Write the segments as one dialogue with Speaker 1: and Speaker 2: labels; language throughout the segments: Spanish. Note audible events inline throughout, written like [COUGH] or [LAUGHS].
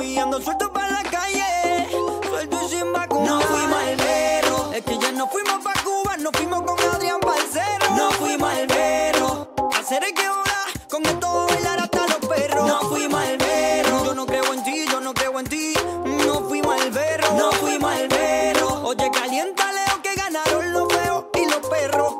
Speaker 1: directo para la calle, suelto y sin vacunar.
Speaker 2: No fuimos al berro.
Speaker 1: Es que ya no fuimos pa' Cuba, no fuimos con Adrián Parcero.
Speaker 2: No fuimos al berro.
Speaker 1: Hacer el que ahora, con esto bailar hasta los perros.
Speaker 2: No fuimos al berro.
Speaker 1: Yo no creo en ti, yo no creo en ti. No fuimos al berro.
Speaker 2: No fuimos al berro.
Speaker 1: Oye, calienta Leo que ganaron los feos y los perros.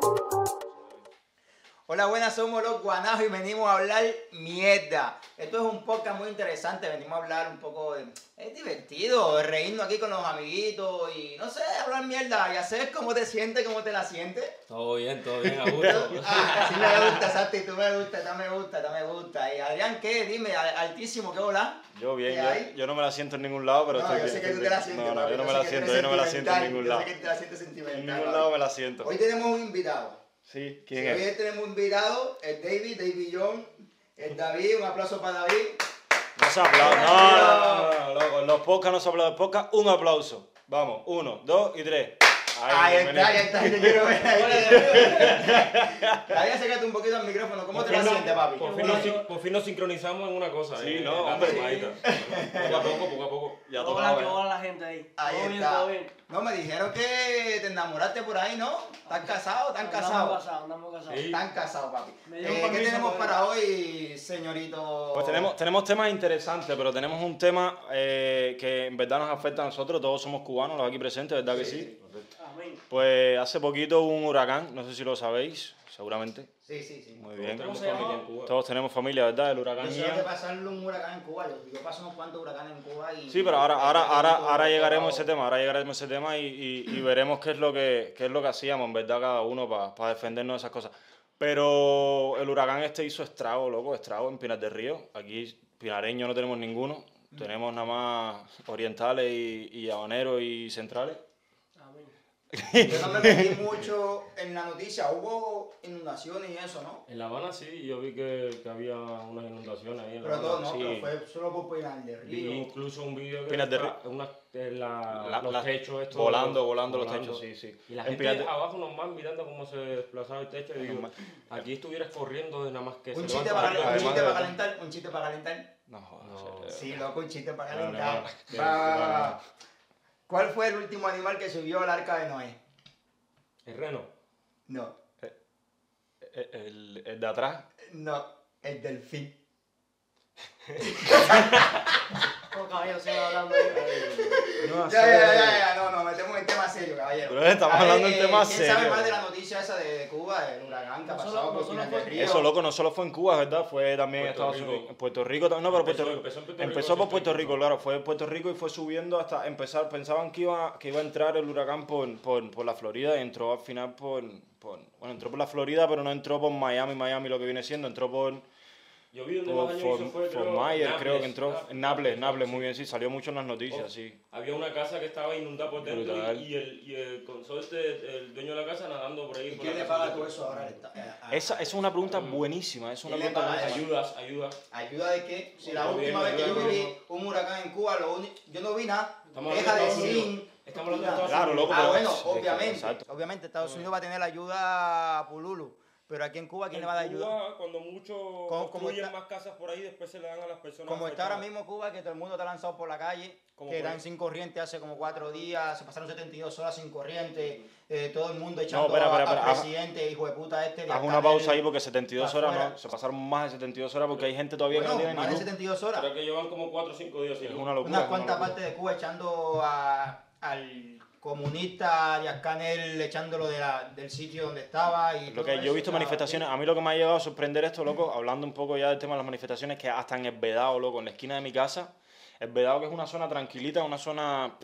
Speaker 3: Hola, buenas, somos los guanajos y venimos a hablar mierda. Esto es un podcast muy interesante, venimos a hablar un poco de... Es divertido, reírnos aquí con los amiguitos y no sé, hablar mierda y hacer cómo te sientes, cómo te la sientes.
Speaker 4: Todo bien, todo bien, a gusto.
Speaker 3: [LAUGHS] Ah, sí me gusta esa actitud, me gusta, esta me gusta, esta me gusta. Y Adrián, ¿qué? Dime, al- altísimo, ¿qué hola?
Speaker 5: Yo bien,
Speaker 3: ¿Qué
Speaker 5: yo,
Speaker 3: hay?
Speaker 5: yo no me la siento en ningún lado, pero
Speaker 3: No,
Speaker 5: estoy
Speaker 3: yo sé
Speaker 5: bien,
Speaker 3: que tú
Speaker 5: estoy
Speaker 3: te la
Speaker 5: bien.
Speaker 3: sientes.
Speaker 5: No, no,
Speaker 3: papi,
Speaker 5: yo no me
Speaker 3: sé
Speaker 5: la
Speaker 3: que
Speaker 5: siento,
Speaker 3: tú
Speaker 5: yo
Speaker 3: eres
Speaker 5: no me la siento en
Speaker 3: sentimental,
Speaker 5: ningún
Speaker 3: Yo
Speaker 5: lado.
Speaker 3: sé que te la sientes
Speaker 5: En
Speaker 3: sentimental.
Speaker 5: ningún
Speaker 3: papi.
Speaker 5: lado me la siento.
Speaker 3: Hoy tenemos un invitado.
Speaker 5: Sí,
Speaker 3: Sí,
Speaker 5: ¿quién es?
Speaker 3: hoy tenemos un invitado, el David, David John, el David, un aplauso para David.
Speaker 5: No se aplaude. No, no, no, no, no, loco, en los podcasts no se aplaude. Podcast, un aplauso. Vamos, uno, dos y tres.
Speaker 3: Ahí está, ahí
Speaker 5: bienvenido.
Speaker 3: está, te quiero ver ahí. David, acércate un poquito al micrófono. ¿Cómo te la
Speaker 4: no-
Speaker 3: sientes, papi?
Speaker 4: Por fin, nos, sin- por fin nos sincronizamos en una cosa.
Speaker 5: Sí,
Speaker 4: eh,
Speaker 5: no,
Speaker 4: en la
Speaker 5: hombre.
Speaker 4: mismadita.
Speaker 3: [LAUGHS]
Speaker 4: Poco a poco, poco a poco.
Speaker 5: Ya
Speaker 6: Hola, que
Speaker 5: tocaba.
Speaker 6: hola la gente ahí.
Speaker 3: Ahí
Speaker 6: todo bien,
Speaker 3: está.
Speaker 6: todo bien.
Speaker 3: No, me dijeron que te enamoraste por ahí, ¿no? ¿Estás casado? ¿Están
Speaker 6: Andamos
Speaker 3: casados?
Speaker 6: casados, andamos casados.
Speaker 4: Sí.
Speaker 3: Están casados, papi.
Speaker 6: Me dio
Speaker 3: Eh,
Speaker 6: un
Speaker 3: ¿Qué
Speaker 6: permiso
Speaker 3: tenemos
Speaker 6: para
Speaker 3: para hoy, señorito?
Speaker 5: Pues tenemos, tenemos temas interesantes, pero tenemos un tema eh, que en verdad nos afecta a nosotros. Todos somos cubanos, los aquí presentes, ¿verdad que sí?
Speaker 6: Amén.
Speaker 5: Pues hace poquito hubo un huracán, no sé si lo sabéis, seguramente.
Speaker 3: Sí, sí, sí.
Speaker 5: Muy
Speaker 4: Todos
Speaker 5: bien.
Speaker 4: tenemos
Speaker 6: ¿Cómo se
Speaker 4: familia
Speaker 6: llama?
Speaker 4: en Cuba.
Speaker 5: Todos tenemos familia, ¿verdad? El huracán
Speaker 3: Yo sé que
Speaker 5: Ian.
Speaker 3: pasaron un huracán en Cuba. Yo, yo paso unos cuantos huracanes en Cuba y...
Speaker 5: Sí, pero ahora, ahora, ahora, ahora llegaremos a ese
Speaker 3: tema.
Speaker 5: tema, ahora llegaremos a ese tema y, y- y veremos qué es lo que qué es lo que hacíamos, en verdad, cada uno para defendernos de esas cosas. Pero el huracán este hizo estrago, loco, estrago en Pinar del Río. Aquí pinareño no tenemos ninguno, tenemos nada más orientales y, y habaneros y centrales.
Speaker 6: Amén.
Speaker 3: Yo no me metí mucho en la noticia. Hubo inundaciones y eso, ¿no?
Speaker 4: En La Habana sí, yo vi que, que había unas inundaciones ahí en La
Speaker 3: Pero todo
Speaker 4: Habana.
Speaker 3: no,
Speaker 5: sí.
Speaker 3: pero fue solo por Pinar del
Speaker 4: Vi
Speaker 3: Río.
Speaker 4: incluso un video que
Speaker 5: Pinas de
Speaker 4: está- una- eh, la-
Speaker 5: La-
Speaker 4: los
Speaker 5: las-
Speaker 4: techos estos-
Speaker 5: volando, volando los techos, sí, sí.
Speaker 4: Y la
Speaker 5: En
Speaker 4: gente
Speaker 5: Pinas de-
Speaker 4: abajo normal mirando cómo se desplazaba el techo. Y digo,
Speaker 5: Normal.
Speaker 4: aquí estuvieras corriendo de nada más que
Speaker 3: Un
Speaker 4: se
Speaker 3: chiste,
Speaker 4: levanta
Speaker 3: para,
Speaker 4: la-
Speaker 3: un
Speaker 5: además
Speaker 3: chiste
Speaker 5: de-
Speaker 3: para calentar, un chiste para calentar.
Speaker 5: No, joder,
Speaker 4: No.
Speaker 5: en serio.
Speaker 3: Sí, loco, un chiste para
Speaker 4: Vale,
Speaker 3: calentar.
Speaker 4: vale.
Speaker 3: Va, va, va, va. ¿Cuál fue el último animal que subió al arca de Noé?
Speaker 4: El reno.
Speaker 3: No,
Speaker 5: El, el- el de atrás.
Speaker 3: no, el delfín.
Speaker 6: Todo cabello se va hablando ahí.
Speaker 5: No,
Speaker 3: Ya, ya, ya, ya, no, no, metemos en tema serio, caballero.
Speaker 5: Pero estamos hablando en
Speaker 3: en
Speaker 5: tema
Speaker 3: ¿Quién sabe
Speaker 5: serio.
Speaker 3: más de la noticia esa de, de Cuba, del huracán que ha
Speaker 6: No solo-
Speaker 3: pasado
Speaker 6: no
Speaker 3: por
Speaker 6: solo
Speaker 3: Pinar del
Speaker 6: fue-
Speaker 3: Río?
Speaker 5: Eso, loco, no solo fue en Cuba, ¿verdad? Fue también en
Speaker 4: Puerto
Speaker 5: Estados
Speaker 4: Rico.
Speaker 5: Unidos. En Puerto Rico también. No, pero
Speaker 4: Empezó-
Speaker 5: Puerto Rico.
Speaker 4: empezó en Puerto Rico,
Speaker 5: Empezó por
Speaker 4: sí,
Speaker 5: Puerto
Speaker 4: sí.
Speaker 5: Rico, claro. Fue Puerto Rico y fue subiendo hasta empezar. Pensaban que iba, que iba a entrar el huracán por, por, por la Florida y entró al final por, por. Bueno, entró por la Florida, pero no entró por Miami, Miami lo que viene siendo. Entró por.
Speaker 4: Yo vi donde
Speaker 5: por
Speaker 4: más daño
Speaker 5: por-
Speaker 4: hizo fue,
Speaker 5: por
Speaker 4: creo, Ah,
Speaker 5: Mayer,
Speaker 4: Nápoles,
Speaker 5: Oh, creo que entró.
Speaker 4: Nápoles.
Speaker 5: En Naples, Naples, muy bien, sí. Salió mucho en las
Speaker 4: Oh.
Speaker 5: noticias, sí.
Speaker 4: Había una casa que estaba inundada por dentro
Speaker 5: Brutal.
Speaker 4: y, y el, y el consorte, el dueño de la casa nadando por ahí.
Speaker 3: ¿Y
Speaker 4: por
Speaker 3: quién
Speaker 4: la
Speaker 3: le
Speaker 4: casa
Speaker 3: paga todo
Speaker 4: por dentro.
Speaker 3: eso ahora? al esta- a- a-
Speaker 5: Esa, esa es una pregunta
Speaker 4: Mm.
Speaker 5: buenísima. Es una
Speaker 3: ¿Quién le
Speaker 5: pregunta
Speaker 3: paga
Speaker 5: buenísima.
Speaker 4: Ayudas, ayudas.
Speaker 3: ¿Ayuda de qué? Si la
Speaker 4: Muy bien,
Speaker 3: última vez que yo
Speaker 4: muy bien, muy
Speaker 3: viví
Speaker 4: bien.
Speaker 3: un huracán en Cuba, lo único- yo no vi nada.
Speaker 4: Estamos
Speaker 3: Deja de
Speaker 4: hablando de Estados
Speaker 3: decir.
Speaker 4: Unidos. Estamos hablando de Estados
Speaker 5: Claro,
Speaker 4: Unidos.
Speaker 5: loco,
Speaker 3: Ah,
Speaker 5: pero-
Speaker 3: bueno,
Speaker 5: sí,
Speaker 3: obviamente.
Speaker 5: exacto.
Speaker 3: Obviamente Estados Unidos va a tener la ayuda a Pululu. Pero aquí en Cuba, ¿quién le va a dar
Speaker 4: En
Speaker 3: ayuda?
Speaker 4: Cuba, Ah, Cuando muchos
Speaker 3: como
Speaker 4: construyen
Speaker 3: está-
Speaker 4: más casas por ahí, después se le dan a las personas.
Speaker 3: Como está ahora
Speaker 4: afectadas.
Speaker 3: mismo Cuba, que todo el mundo está lanzado por la calle,
Speaker 4: Como
Speaker 3: que
Speaker 4: por-
Speaker 3: están sin corriente hace como cuatro días, se pasaron 72 horas sin corriente, eh, todo el mundo
Speaker 5: No,
Speaker 3: echando
Speaker 5: espera, espera,
Speaker 3: a-
Speaker 5: espera,
Speaker 3: al
Speaker 5: haz-
Speaker 3: presidente, hijo de puta este. de
Speaker 5: Haz
Speaker 3: hasta
Speaker 5: una pausa
Speaker 3: él.
Speaker 5: ahí porque 72 horas
Speaker 3: afuera.
Speaker 5: no, se pasaron más de 72 horas porque hay gente todavía que no
Speaker 3: Bueno,
Speaker 5: tiene
Speaker 3: más
Speaker 5: ni
Speaker 3: de
Speaker 5: luz.
Speaker 3: 72 horas.
Speaker 4: Creo que llevan como 4 o 5 días. sin
Speaker 5: Es
Speaker 4: luz.
Speaker 5: una locura.
Speaker 3: Unas
Speaker 5: una
Speaker 3: cuantas
Speaker 5: locura.
Speaker 3: partes de Cuba echando a- al comunista Díaz Canel, echándolo de la- del sitio donde estaba. Y
Speaker 5: Lo
Speaker 3: todo
Speaker 5: que yo he
Speaker 3: eso,
Speaker 5: visto
Speaker 3: o sea,
Speaker 5: manifestaciones, a mí lo que me ha llegado a sorprender esto, loco, hablando un poco ya del tema de las manifestaciones, que hasta en El Vedado, loco, en la esquina de mi casa, El Vedado que es una zona tranquilita, una zona,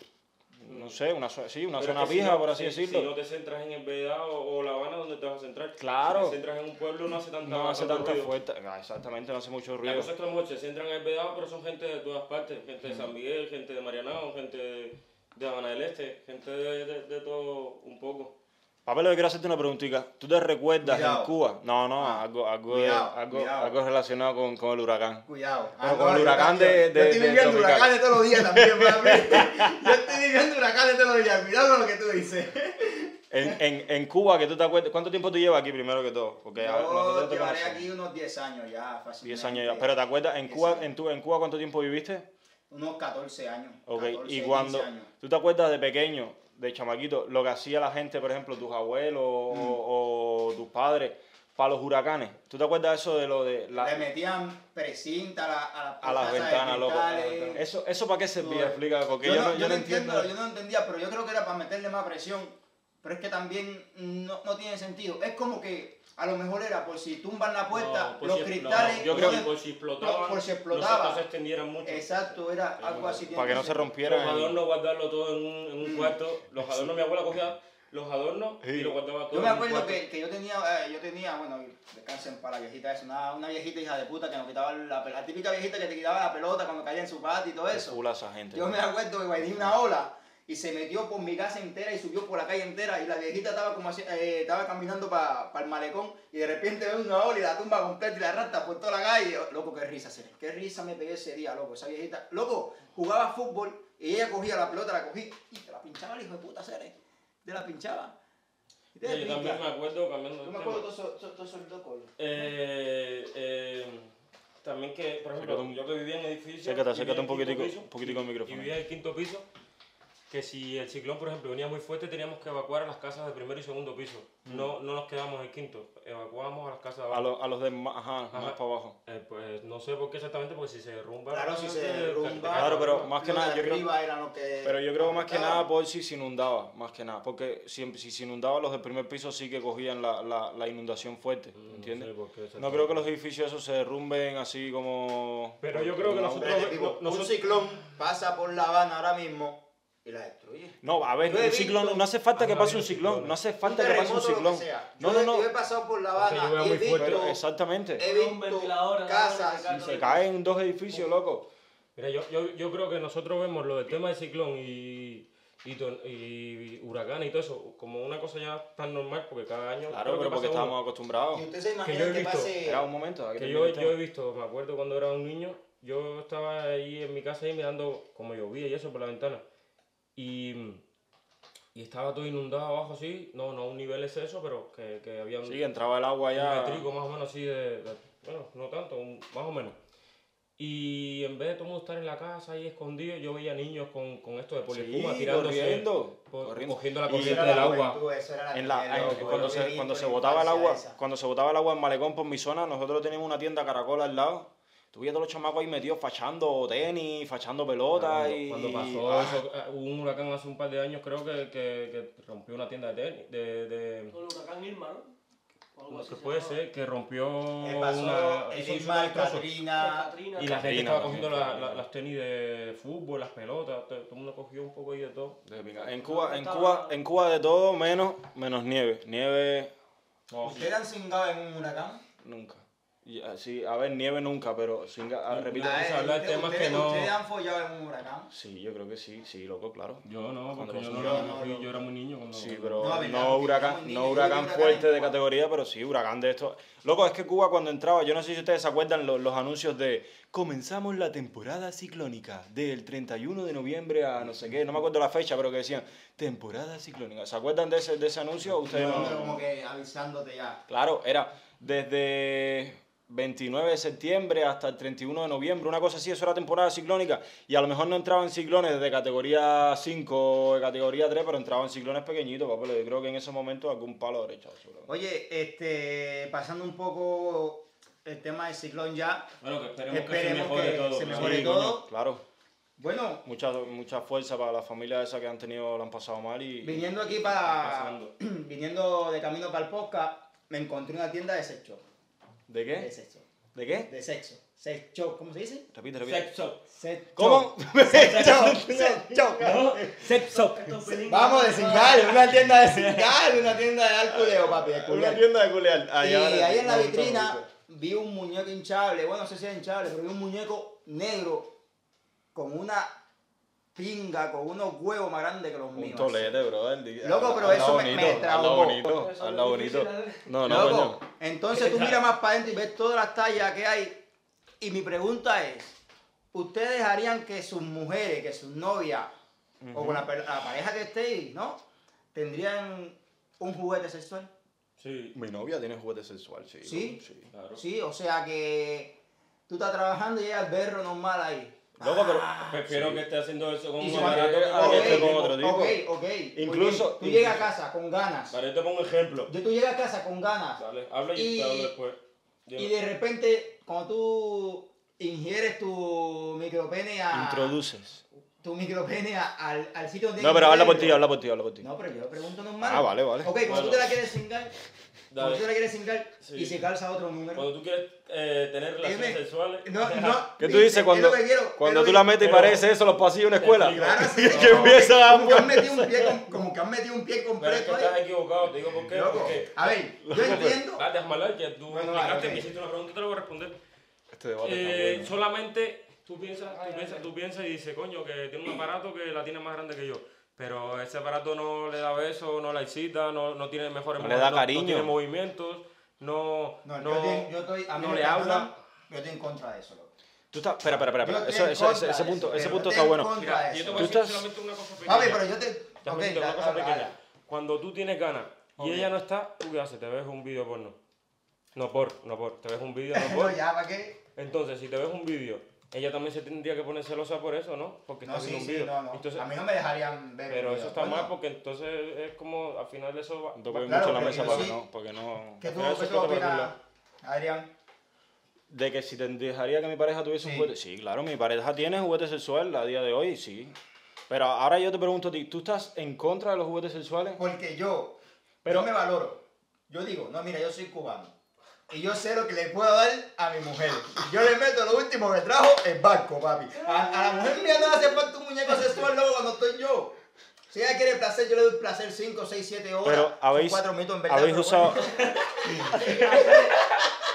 Speaker 5: no sé, una, zo- sí, una
Speaker 4: Pero
Speaker 5: zona
Speaker 4: es que si
Speaker 5: vieja,
Speaker 4: no-
Speaker 5: por así
Speaker 4: si- Si
Speaker 5: decirlo.
Speaker 4: no te centras en el Vedado o, o La Habana, ¿dónde te vas a centrar?
Speaker 5: Claro.
Speaker 4: Si te centras en un pueblo, no hace tanta
Speaker 5: no hace
Speaker 4: tanto
Speaker 5: tanta
Speaker 4: ruido.
Speaker 5: fuerza, ah, exactamente, no hace mucho
Speaker 4: La
Speaker 5: ruido.
Speaker 4: cosa es que a lo mejor se centran en el Vedado, pero son gente de todas partes. Gente de San Miguel, gente de Marianao, gente de, de Habana del Este, gente de, de- de todo un poco.
Speaker 5: Papel, yo quiero hacerte una preguntita. ¿Tú te recuerdas
Speaker 3: Cuidado. Ah,
Speaker 5: en Cuba? No, no, algo, algo, de-
Speaker 3: Cuidado,
Speaker 5: algo,
Speaker 3: cuidado.
Speaker 5: algo relacionado con, con el huracán.
Speaker 3: Cuidado.
Speaker 5: Pero con el huracán
Speaker 3: yo-
Speaker 5: de-
Speaker 3: Yo
Speaker 5: de-
Speaker 3: estoy
Speaker 5: de
Speaker 3: viviendo
Speaker 5: tropical.
Speaker 3: huracanes todos los días [LAUGHS] también, papi. Yo estoy viviendo huracanes todos los días. Cuidado con lo que tú dices.
Speaker 5: En, en, en Cuba, que tú te acuerdas, ¿cuánto tiempo tú llevas aquí primero que todo? Porque a-
Speaker 3: Yo
Speaker 5: nosotros te
Speaker 3: llevaré
Speaker 5: conocemos.
Speaker 3: aquí unos 10 años ya, fácilmente.
Speaker 5: 10 años ya. Pero ¿te acuerdas en Cuba,
Speaker 3: Exacto.
Speaker 5: en, tu, en Cuba cuánto tiempo viviste?
Speaker 3: unos 14 años.
Speaker 5: Ok,
Speaker 3: 14,
Speaker 5: y
Speaker 3: 15
Speaker 5: cuando.
Speaker 3: años.
Speaker 5: ¿Tú te acuerdas de pequeño, de chamaquito, lo que hacía la gente, por ejemplo, tus abuelos
Speaker 3: Mm.
Speaker 5: o, o tus padres, para los huracanes? ¿Tú te acuerdas de eso de lo de. la-
Speaker 3: Le metían precinta a, la- a, las
Speaker 5: a las
Speaker 3: puertas de
Speaker 5: ventanas, loco.
Speaker 3: cristales.
Speaker 5: ¿Eso, ¿Eso para qué servía?
Speaker 3: Todo.
Speaker 5: Explica, porque
Speaker 3: yo, no, yo
Speaker 5: yo
Speaker 3: no entiendo, yo no entendía, pero yo creo que era para meterle más presión. Pero es que también no, no tiene sentido. Es como que a lo mejor era por si tumban la puerta,
Speaker 4: No, por
Speaker 3: los
Speaker 4: si- no,
Speaker 3: cristales.
Speaker 4: yo
Speaker 3: no
Speaker 4: creo que
Speaker 3: se-
Speaker 4: por si explotaban.
Speaker 3: no, por si
Speaker 4: no se-
Speaker 3: explotaba.
Speaker 4: No se extendieran mucho.
Speaker 3: Exacto, era
Speaker 4: Sí,
Speaker 3: algo
Speaker 4: bueno.
Speaker 3: así.
Speaker 5: Para que no se rompiera.
Speaker 4: Los
Speaker 5: en-
Speaker 4: adornos, guardarlo todo en un, en
Speaker 3: Mm.
Speaker 4: un cuarto. Los adornos, mi abuela cogía los adornos
Speaker 5: Sí.
Speaker 4: y los guardaba todo
Speaker 3: Yo me
Speaker 4: en un
Speaker 3: acuerdo
Speaker 4: cuarto.
Speaker 3: que, que yo tenía, eh, yo tenía, bueno, descansen para la viejita esa, una, una viejita hija de puta que nos quitaba la pelota, la típica viejita que te quitaba la pelota cuando caía en su patio y todo
Speaker 5: Qué
Speaker 3: eso.
Speaker 5: culo a esa gente.
Speaker 3: Yo me acuerdo que bailé una ola y se metió por mi casa entera y subió por la calle entera y la viejita estaba como así, eh, estaba caminando para el malecón y de repente ve una ola y la tumba completa y la rata por toda la calle. Loco, qué risa, se- qué risa me pegué ese día, loco, esa viejita. Loco, jugaba fútbol y ella cogía la pelota, la cogí y te la pinchaba el hijo de puta, Cere. Te la pinchaba. Y te
Speaker 4: Sí, Yo también me
Speaker 3: pica.
Speaker 4: acuerdo cambiando
Speaker 3: Yo
Speaker 4: de
Speaker 3: me acuerdo
Speaker 4: tema.
Speaker 3: todo eso, todo, todo eso, todo eso.
Speaker 4: Eh, eh, también que, por ejemplo,
Speaker 5: Acércate un-
Speaker 4: yo que vivía en edificio.
Speaker 5: Acércate,
Speaker 4: y
Speaker 5: acércate
Speaker 4: vivía
Speaker 5: un
Speaker 4: en quinto
Speaker 5: poquitico-
Speaker 4: piso,
Speaker 5: un poquitico al
Speaker 4: y-
Speaker 5: micrófono.
Speaker 4: Y vivía en el quinto piso, que si el ciclón, por ejemplo, venía muy fuerte, teníamos que evacuar a las casas del primero y segundo piso.
Speaker 5: Mm.
Speaker 4: No, no nos quedábamos en el quinto, evacuábamos a las casas de
Speaker 5: A,
Speaker 4: abajo.
Speaker 5: los- a los de ma- ajá, más
Speaker 4: Ajá.
Speaker 5: para abajo.
Speaker 4: Eh, pues no sé por qué exactamente, porque si se derrumba.
Speaker 3: Claro, si se
Speaker 4: te- te-
Speaker 3: derrumba,
Speaker 4: te-
Speaker 5: Claro, pero más que
Speaker 3: Los de
Speaker 5: nada, yo creo-
Speaker 3: arriba eran los que
Speaker 5: Pero yo creo que más que nada
Speaker 3: aguantaban.
Speaker 5: por si se inundaba, más que nada. Porque si, si se inundaba, los del primer piso sí que cogían la, la- la inundación fuerte, ¿entiendes?
Speaker 4: Mm, sé por qué
Speaker 5: No
Speaker 4: exactamente.
Speaker 5: creo que los edificios esos se derrumben así como...
Speaker 4: Pero yo creo que
Speaker 5: como-
Speaker 4: nosotros-
Speaker 3: Pero te digo,
Speaker 4: no- nosotros-
Speaker 3: un ciclón pasa por La Habana ahora mismo y la destruye.
Speaker 5: No, a ver,
Speaker 3: Yo he
Speaker 5: un ciclón,
Speaker 3: visto-
Speaker 5: no hace falta que
Speaker 4: han
Speaker 5: pase un
Speaker 4: habido
Speaker 5: ciclón,
Speaker 4: ciclones.
Speaker 5: no hace
Speaker 3: Un
Speaker 5: falta que pase un
Speaker 3: terremoto, lo que
Speaker 5: ciclón.
Speaker 3: sea.
Speaker 5: No,
Speaker 3: yo,
Speaker 5: no,
Speaker 3: he- Eh,
Speaker 5: no,
Speaker 3: Yo he pasado por La
Speaker 4: Porque
Speaker 3: Habana
Speaker 4: llueve
Speaker 3: y he
Speaker 4: muy
Speaker 3: visto
Speaker 4: fuerte.
Speaker 5: pero exactamente.
Speaker 3: he
Speaker 6: Con un
Speaker 3: visto
Speaker 6: ventilador,
Speaker 3: casas.
Speaker 6: ¿no?
Speaker 5: Se caen dos edificios, loco.
Speaker 4: Mira, yo, yo, yo creo que nosotros vemos lo del tema del ciclón y, y, ton- y huracanes y todo eso como una cosa ya tan normal, porque cada año. creo
Speaker 5: Claro,
Speaker 4: que
Speaker 5: pero porque
Speaker 4: pasa uno.
Speaker 5: estábamos acostumbrados.
Speaker 3: Y usted se
Speaker 4: yo
Speaker 3: imagina
Speaker 4: he
Speaker 3: que
Speaker 4: visto.
Speaker 3: pase.
Speaker 5: Era un momento. aquí
Speaker 4: Que
Speaker 5: termina
Speaker 4: yo,
Speaker 5: el tema.
Speaker 4: yo he visto, me acuerdo cuando era un niño, yo estaba ahí en mi casa ahí mirando como llovía y eso por la ventana. Y, y estaba todo inundado abajo así, no, no a un nivel exceso, pero que, que había un,
Speaker 5: Sí, que entraba el agua ya.
Speaker 4: un metrico más o menos así de, de- bueno, no tanto, un- más o menos. Y en vez de todo el mundo estar en la casa ahí escondido, yo veía niños con, con esto de poliespuma
Speaker 5: Sí,
Speaker 4: tirándose,
Speaker 5: corriendo,
Speaker 4: po-
Speaker 5: corriendo.
Speaker 4: cogiendo la
Speaker 5: Y
Speaker 4: corriente
Speaker 3: Eso era
Speaker 4: del
Speaker 3: la
Speaker 4: agua.
Speaker 3: juventud, eso era la
Speaker 5: En la-
Speaker 3: niñez,
Speaker 5: ay,
Speaker 3: loco,
Speaker 5: cuando
Speaker 3: yo
Speaker 5: se,
Speaker 3: viví
Speaker 5: cuando
Speaker 3: por
Speaker 5: se
Speaker 3: la
Speaker 5: botaba el
Speaker 3: infancia
Speaker 5: agua,
Speaker 3: esa.
Speaker 5: cuando se botaba el agua en Malecón por mi zona, nosotros teníamos una tienda Caracol al lado. Tuve todos los chamacos ahí metidos fachando tenis, fachando pelotas
Speaker 4: Cuando, cuando
Speaker 5: y.
Speaker 4: pasó
Speaker 3: ah.
Speaker 4: eso, eh, hubo un huracán hace un par de años, creo que, que, que rompió una tienda de tenis. De, de-
Speaker 6: Con el huracán Irma, ¿no? O algo así
Speaker 4: que
Speaker 6: se
Speaker 4: puede
Speaker 6: llamaba.
Speaker 4: ser que rompió
Speaker 3: Me
Speaker 4: una.
Speaker 3: Eh, pasó
Speaker 4: hizo-
Speaker 3: el
Speaker 4: hizo
Speaker 3: Irma,
Speaker 4: unos trozos.
Speaker 3: Katrina.
Speaker 6: Katrina.
Speaker 4: y la gente
Speaker 5: Katrina
Speaker 4: estaba
Speaker 5: también,
Speaker 4: cogiendo la-
Speaker 5: Katrina.
Speaker 4: la- las tenis de fútbol, las pelotas, todo, todo el mundo cogió un poco ahí de todo.
Speaker 5: De pinga. En Cuba, en Cuba, en Cuba de todo menos, menos nieve. Nieve
Speaker 4: No, sí.
Speaker 3: ¿Ustedes han cingado en un huracán?
Speaker 5: nunca. Y, ah, sí, a ver, nieve nunca, pero sin ga- ah,
Speaker 4: No,
Speaker 5: repito.
Speaker 4: no.
Speaker 3: Ah,
Speaker 4: vamos a hablar de
Speaker 3: ¿ustedes-
Speaker 4: temas que
Speaker 3: ustedes-
Speaker 4: no-
Speaker 3: ¿Ustedes han follado en un huracán?
Speaker 5: Sí, yo creo que sí, sí, loco, claro.
Speaker 4: Yo no,
Speaker 5: Cuando
Speaker 4: porque yo
Speaker 5: los
Speaker 4: no, era-
Speaker 3: niños-
Speaker 4: yo- yo era muy niño cuando.
Speaker 5: Sí, pero
Speaker 3: No,
Speaker 5: no,
Speaker 3: a ver, no,
Speaker 5: huracán,
Speaker 3: ni-
Speaker 5: no
Speaker 3: ni- ni
Speaker 5: huracán
Speaker 3: huracán
Speaker 5: fuerte de
Speaker 3: igual.
Speaker 5: categoría, pero sí huracán de esto. Loco, es que Cuba cuando entraba, yo no sé si ustedes se acuerdan lo- los anuncios de comenzamos la temporada ciclónica del 31 de noviembre a no sé qué, no me acuerdo la fecha, pero que decían temporada ciclónica. ¿Se acuerdan de ese, de ese anuncio? Ustedes
Speaker 3: No,
Speaker 5: no-
Speaker 3: pero como que avisándote ya.
Speaker 5: Claro, era desde 29 de septiembre hasta el 31 de noviembre, una cosa así, eso era temporada ciclónica. Y a lo mejor no entraban ciclones de categoría 5 o de categoría 3, pero entraban ciclones pequeñitos, papá. Yo creo que en ese momento algún palo derecho. seguro.
Speaker 3: Oye, este, pasando un poco el tema del ciclón ya.
Speaker 4: Bueno, que esperemos,
Speaker 3: Esperemos
Speaker 4: que se mejore
Speaker 3: que
Speaker 4: todo.
Speaker 3: se
Speaker 4: ¿no?
Speaker 3: mejore
Speaker 4: Sí,
Speaker 3: todo.
Speaker 4: coño.
Speaker 5: Claro,
Speaker 3: Bueno,
Speaker 5: mucha, mucha fuerza para la familia esa que han tenido, la han pasado mal y...
Speaker 3: viniendo aquí para.
Speaker 4: [LAUGHS] Pasando.
Speaker 3: [CLEARS THROAT] viniendo de camino para el podcast, me encontré una tienda de sex shop.
Speaker 5: ¿De
Speaker 3: De
Speaker 4: ¿Eh?
Speaker 5: qué?
Speaker 3: sex shop.
Speaker 5: ¿De qué?
Speaker 3: De sexo. Sex shop, ¿cómo se dice?
Speaker 5: Repite, repite.
Speaker 4: Sexo.
Speaker 3: Sex shop.
Speaker 5: ¿Cómo?
Speaker 3: Sex shop. Sex shop.
Speaker 4: Sex shop.
Speaker 6: Estos pelín-
Speaker 3: Vamos de cingar, una tienda de cingar, una tienda de alculeo, papi. de
Speaker 5: [LAUGHS] Una
Speaker 3: culiar.
Speaker 5: tienda de culear. Ah,
Speaker 3: y
Speaker 5: ya, vale.
Speaker 3: ahí en la
Speaker 5: Me gustó, me
Speaker 3: vitrina
Speaker 5: gustó.
Speaker 3: vi un muñeco hinchable, bueno, no sé si era hinchable, pero vi un muñeco negro con una pinga, con unos huevos más grandes que los
Speaker 5: Un
Speaker 3: míos.
Speaker 5: tolete, brother.
Speaker 3: Loco, pero
Speaker 5: Hazla
Speaker 3: eso me- me
Speaker 5: bonito, hazla
Speaker 3: traumó.
Speaker 5: bonito,
Speaker 6: Eso
Speaker 5: hazla
Speaker 6: es
Speaker 5: bonito.
Speaker 6: difícil,
Speaker 5: No, no,
Speaker 3: Loco,
Speaker 5: coño.
Speaker 3: entonces tú miras más para adentro y ves todas las tallas que hay. Y mi pregunta es, ¿ustedes harían que sus mujeres, que sus novias, o con la, per- la pareja que estéis, ¿no? ¿Tendrían un juguete sexual?
Speaker 4: Sí.
Speaker 5: Mi novia tiene juguete sexual, sí.
Speaker 3: ¿Sí?
Speaker 5: loco,
Speaker 4: Claro.
Speaker 3: Sí, o sea que tú estás trabajando y llega el berro normal ahí.
Speaker 4: Loco, pero prefiero que esté haciendo eso con
Speaker 3: Ah, Y
Speaker 4: un
Speaker 3: si
Speaker 5: no,
Speaker 4: aparato
Speaker 5: no,
Speaker 4: que
Speaker 5: no,
Speaker 4: con
Speaker 5: no,
Speaker 4: otro.
Speaker 5: no, con otro tipo.
Speaker 3: Ok, ok.
Speaker 5: Incluso-
Speaker 3: Oye, Tú llegas a casa con ganas.
Speaker 4: Vale, te pongo un ejemplo.
Speaker 3: Yo tú llegas a casa con ganas.
Speaker 4: Dale, habla y,
Speaker 3: Y-
Speaker 4: te hablo después. Dime.
Speaker 3: Y de repente, cuando tú ingieres tu micropene a.
Speaker 5: Introduces.
Speaker 3: Tu micropene a- al, al sitio donde.
Speaker 5: No, pero habla por ti,
Speaker 3: meterlo.
Speaker 5: habla por ti, habla por ti.
Speaker 3: No, pero yo pregunto normal.
Speaker 5: Ah, vale, vale.
Speaker 3: Ok, cuando
Speaker 4: Bueno.
Speaker 3: tú te la quieres cingar, cuando
Speaker 4: Dale.
Speaker 3: tú te la quieres cingar
Speaker 4: Sí.
Speaker 3: y se calza otro número.
Speaker 4: Cuando tú quieres eh, tener relaciones
Speaker 3: Dime.
Speaker 4: sexuales. [LAUGHS]
Speaker 3: No, no.
Speaker 5: [LAUGHS] ¿Qué tú
Speaker 3: es-
Speaker 5: dices
Speaker 3: es
Speaker 5: cuando,
Speaker 3: lo que quiero, es
Speaker 5: cuando
Speaker 3: lo
Speaker 5: tú
Speaker 3: que-
Speaker 5: la metes y
Speaker 4: Pero-
Speaker 5: parece eso en los pasillos de una
Speaker 4: Te
Speaker 5: escuela?
Speaker 3: Claro, sí,
Speaker 5: [LAUGHS] que
Speaker 3: no,
Speaker 5: empieza a
Speaker 3: como que han metido un pie, com- como que han metido un pie
Speaker 4: Pero es que
Speaker 3: completo
Speaker 4: estás
Speaker 3: ahí.
Speaker 4: equivocado, te digo por qué.
Speaker 3: Loco.
Speaker 4: Porque.
Speaker 3: A ver,
Speaker 5: [LAUGHS]
Speaker 3: yo entiendo.
Speaker 4: Ah, déjame hablar, que tú me
Speaker 3: Bueno,
Speaker 4: explicaste,
Speaker 3: vale, ok.
Speaker 4: me hiciste una pregunta, te la voy a responder.
Speaker 5: Este debate
Speaker 4: Eh,
Speaker 5: está bueno.
Speaker 4: solamente tú piensas, tú piensas, tú piensas y dices, coño, que tiene un aparato que la tiene más grande que yo. Pero ese aparato no le da besos, no la excita, no, no tiene mejores
Speaker 5: No le da
Speaker 4: no-
Speaker 5: cariño.
Speaker 4: no tiene movimientos, no,
Speaker 3: No,
Speaker 4: no,
Speaker 3: yo, te- yo estoy, a mí
Speaker 4: no
Speaker 3: me
Speaker 4: le
Speaker 3: encanta,
Speaker 4: habla.
Speaker 3: Yo estoy en contra de eso, loco.
Speaker 5: Tú estás, espera, espera, espera,
Speaker 3: Yo
Speaker 5: espera.
Speaker 3: estoy
Speaker 5: Eso,
Speaker 3: en
Speaker 5: eso- ese,
Speaker 3: contra
Speaker 5: ese
Speaker 3: de
Speaker 5: punto,
Speaker 3: eso,
Speaker 5: ese
Speaker 3: pero
Speaker 5: punto
Speaker 3: no
Speaker 5: está
Speaker 3: estoy en
Speaker 5: bueno.
Speaker 3: contra de
Speaker 4: Mira, yo te
Speaker 3: eso.
Speaker 4: voy a
Speaker 5: Tú
Speaker 4: decir
Speaker 5: estás-
Speaker 4: solamente una cosa pequeña.
Speaker 3: Papi, pero yo te.
Speaker 4: Ya
Speaker 3: Ok,
Speaker 4: me siento
Speaker 3: ya,
Speaker 4: una cosa
Speaker 3: habla,
Speaker 4: pequeña.
Speaker 3: habla.
Speaker 4: Cuando tú tienes ganas y ella no está, ¿tú qué haces? Te ves un vídeo porno. No por, no por. Te ves un
Speaker 3: [LAUGHS]
Speaker 4: vídeo, no por.
Speaker 3: No, ya, ¿para qué?
Speaker 4: Entonces, si te ves un vídeo, ella también se tendría que poner celosa por eso, ¿no? Porque
Speaker 3: No,
Speaker 4: está viendo
Speaker 3: sí,
Speaker 4: un
Speaker 3: sí,
Speaker 4: vídeo.
Speaker 3: no, no.
Speaker 4: Entonces-
Speaker 3: a mí no me dejarían ver.
Speaker 4: pero
Speaker 3: el
Speaker 4: eso
Speaker 3: video.
Speaker 4: está mal
Speaker 3: Bueno,
Speaker 4: porque entonces es como al final eso va.
Speaker 5: No toques
Speaker 3: Claro,
Speaker 5: mucho la
Speaker 3: pero
Speaker 5: mesa
Speaker 3: yo
Speaker 5: para que
Speaker 3: sí.
Speaker 5: no, para que no.
Speaker 3: ¿Qué tú,
Speaker 4: Pero eso
Speaker 3: qué
Speaker 4: es
Speaker 3: tú
Speaker 4: otro
Speaker 3: opinas,
Speaker 4: problema.
Speaker 3: Adrián?
Speaker 5: De que si te dejaría que mi pareja tuviese un
Speaker 3: Sí.
Speaker 5: juguete. Sí, claro, mi pareja tiene juguete sexual a día de hoy, sí. Pero ahora yo te pregunto a ti, ¿tú estás en contra de los juguetes sexuales?
Speaker 3: Porque yo,
Speaker 5: Pero-
Speaker 3: yo me valoro. Yo digo, no, mira, yo soy cubano. Y yo sé lo que le puedo dar a mi mujer. Yo le meto lo último que trajo, el barco, papi. A, a la mujer mía no le hace falta un muñeco sexual luego cuando estoy yo. Si ella quiere placer, yo le doy placer 5, 6, 7 horas.
Speaker 5: Pero
Speaker 3: Son
Speaker 5: habéis,
Speaker 3: cuatro minutos en verdad.
Speaker 5: habéis
Speaker 3: pero
Speaker 5: usado,
Speaker 3: bueno.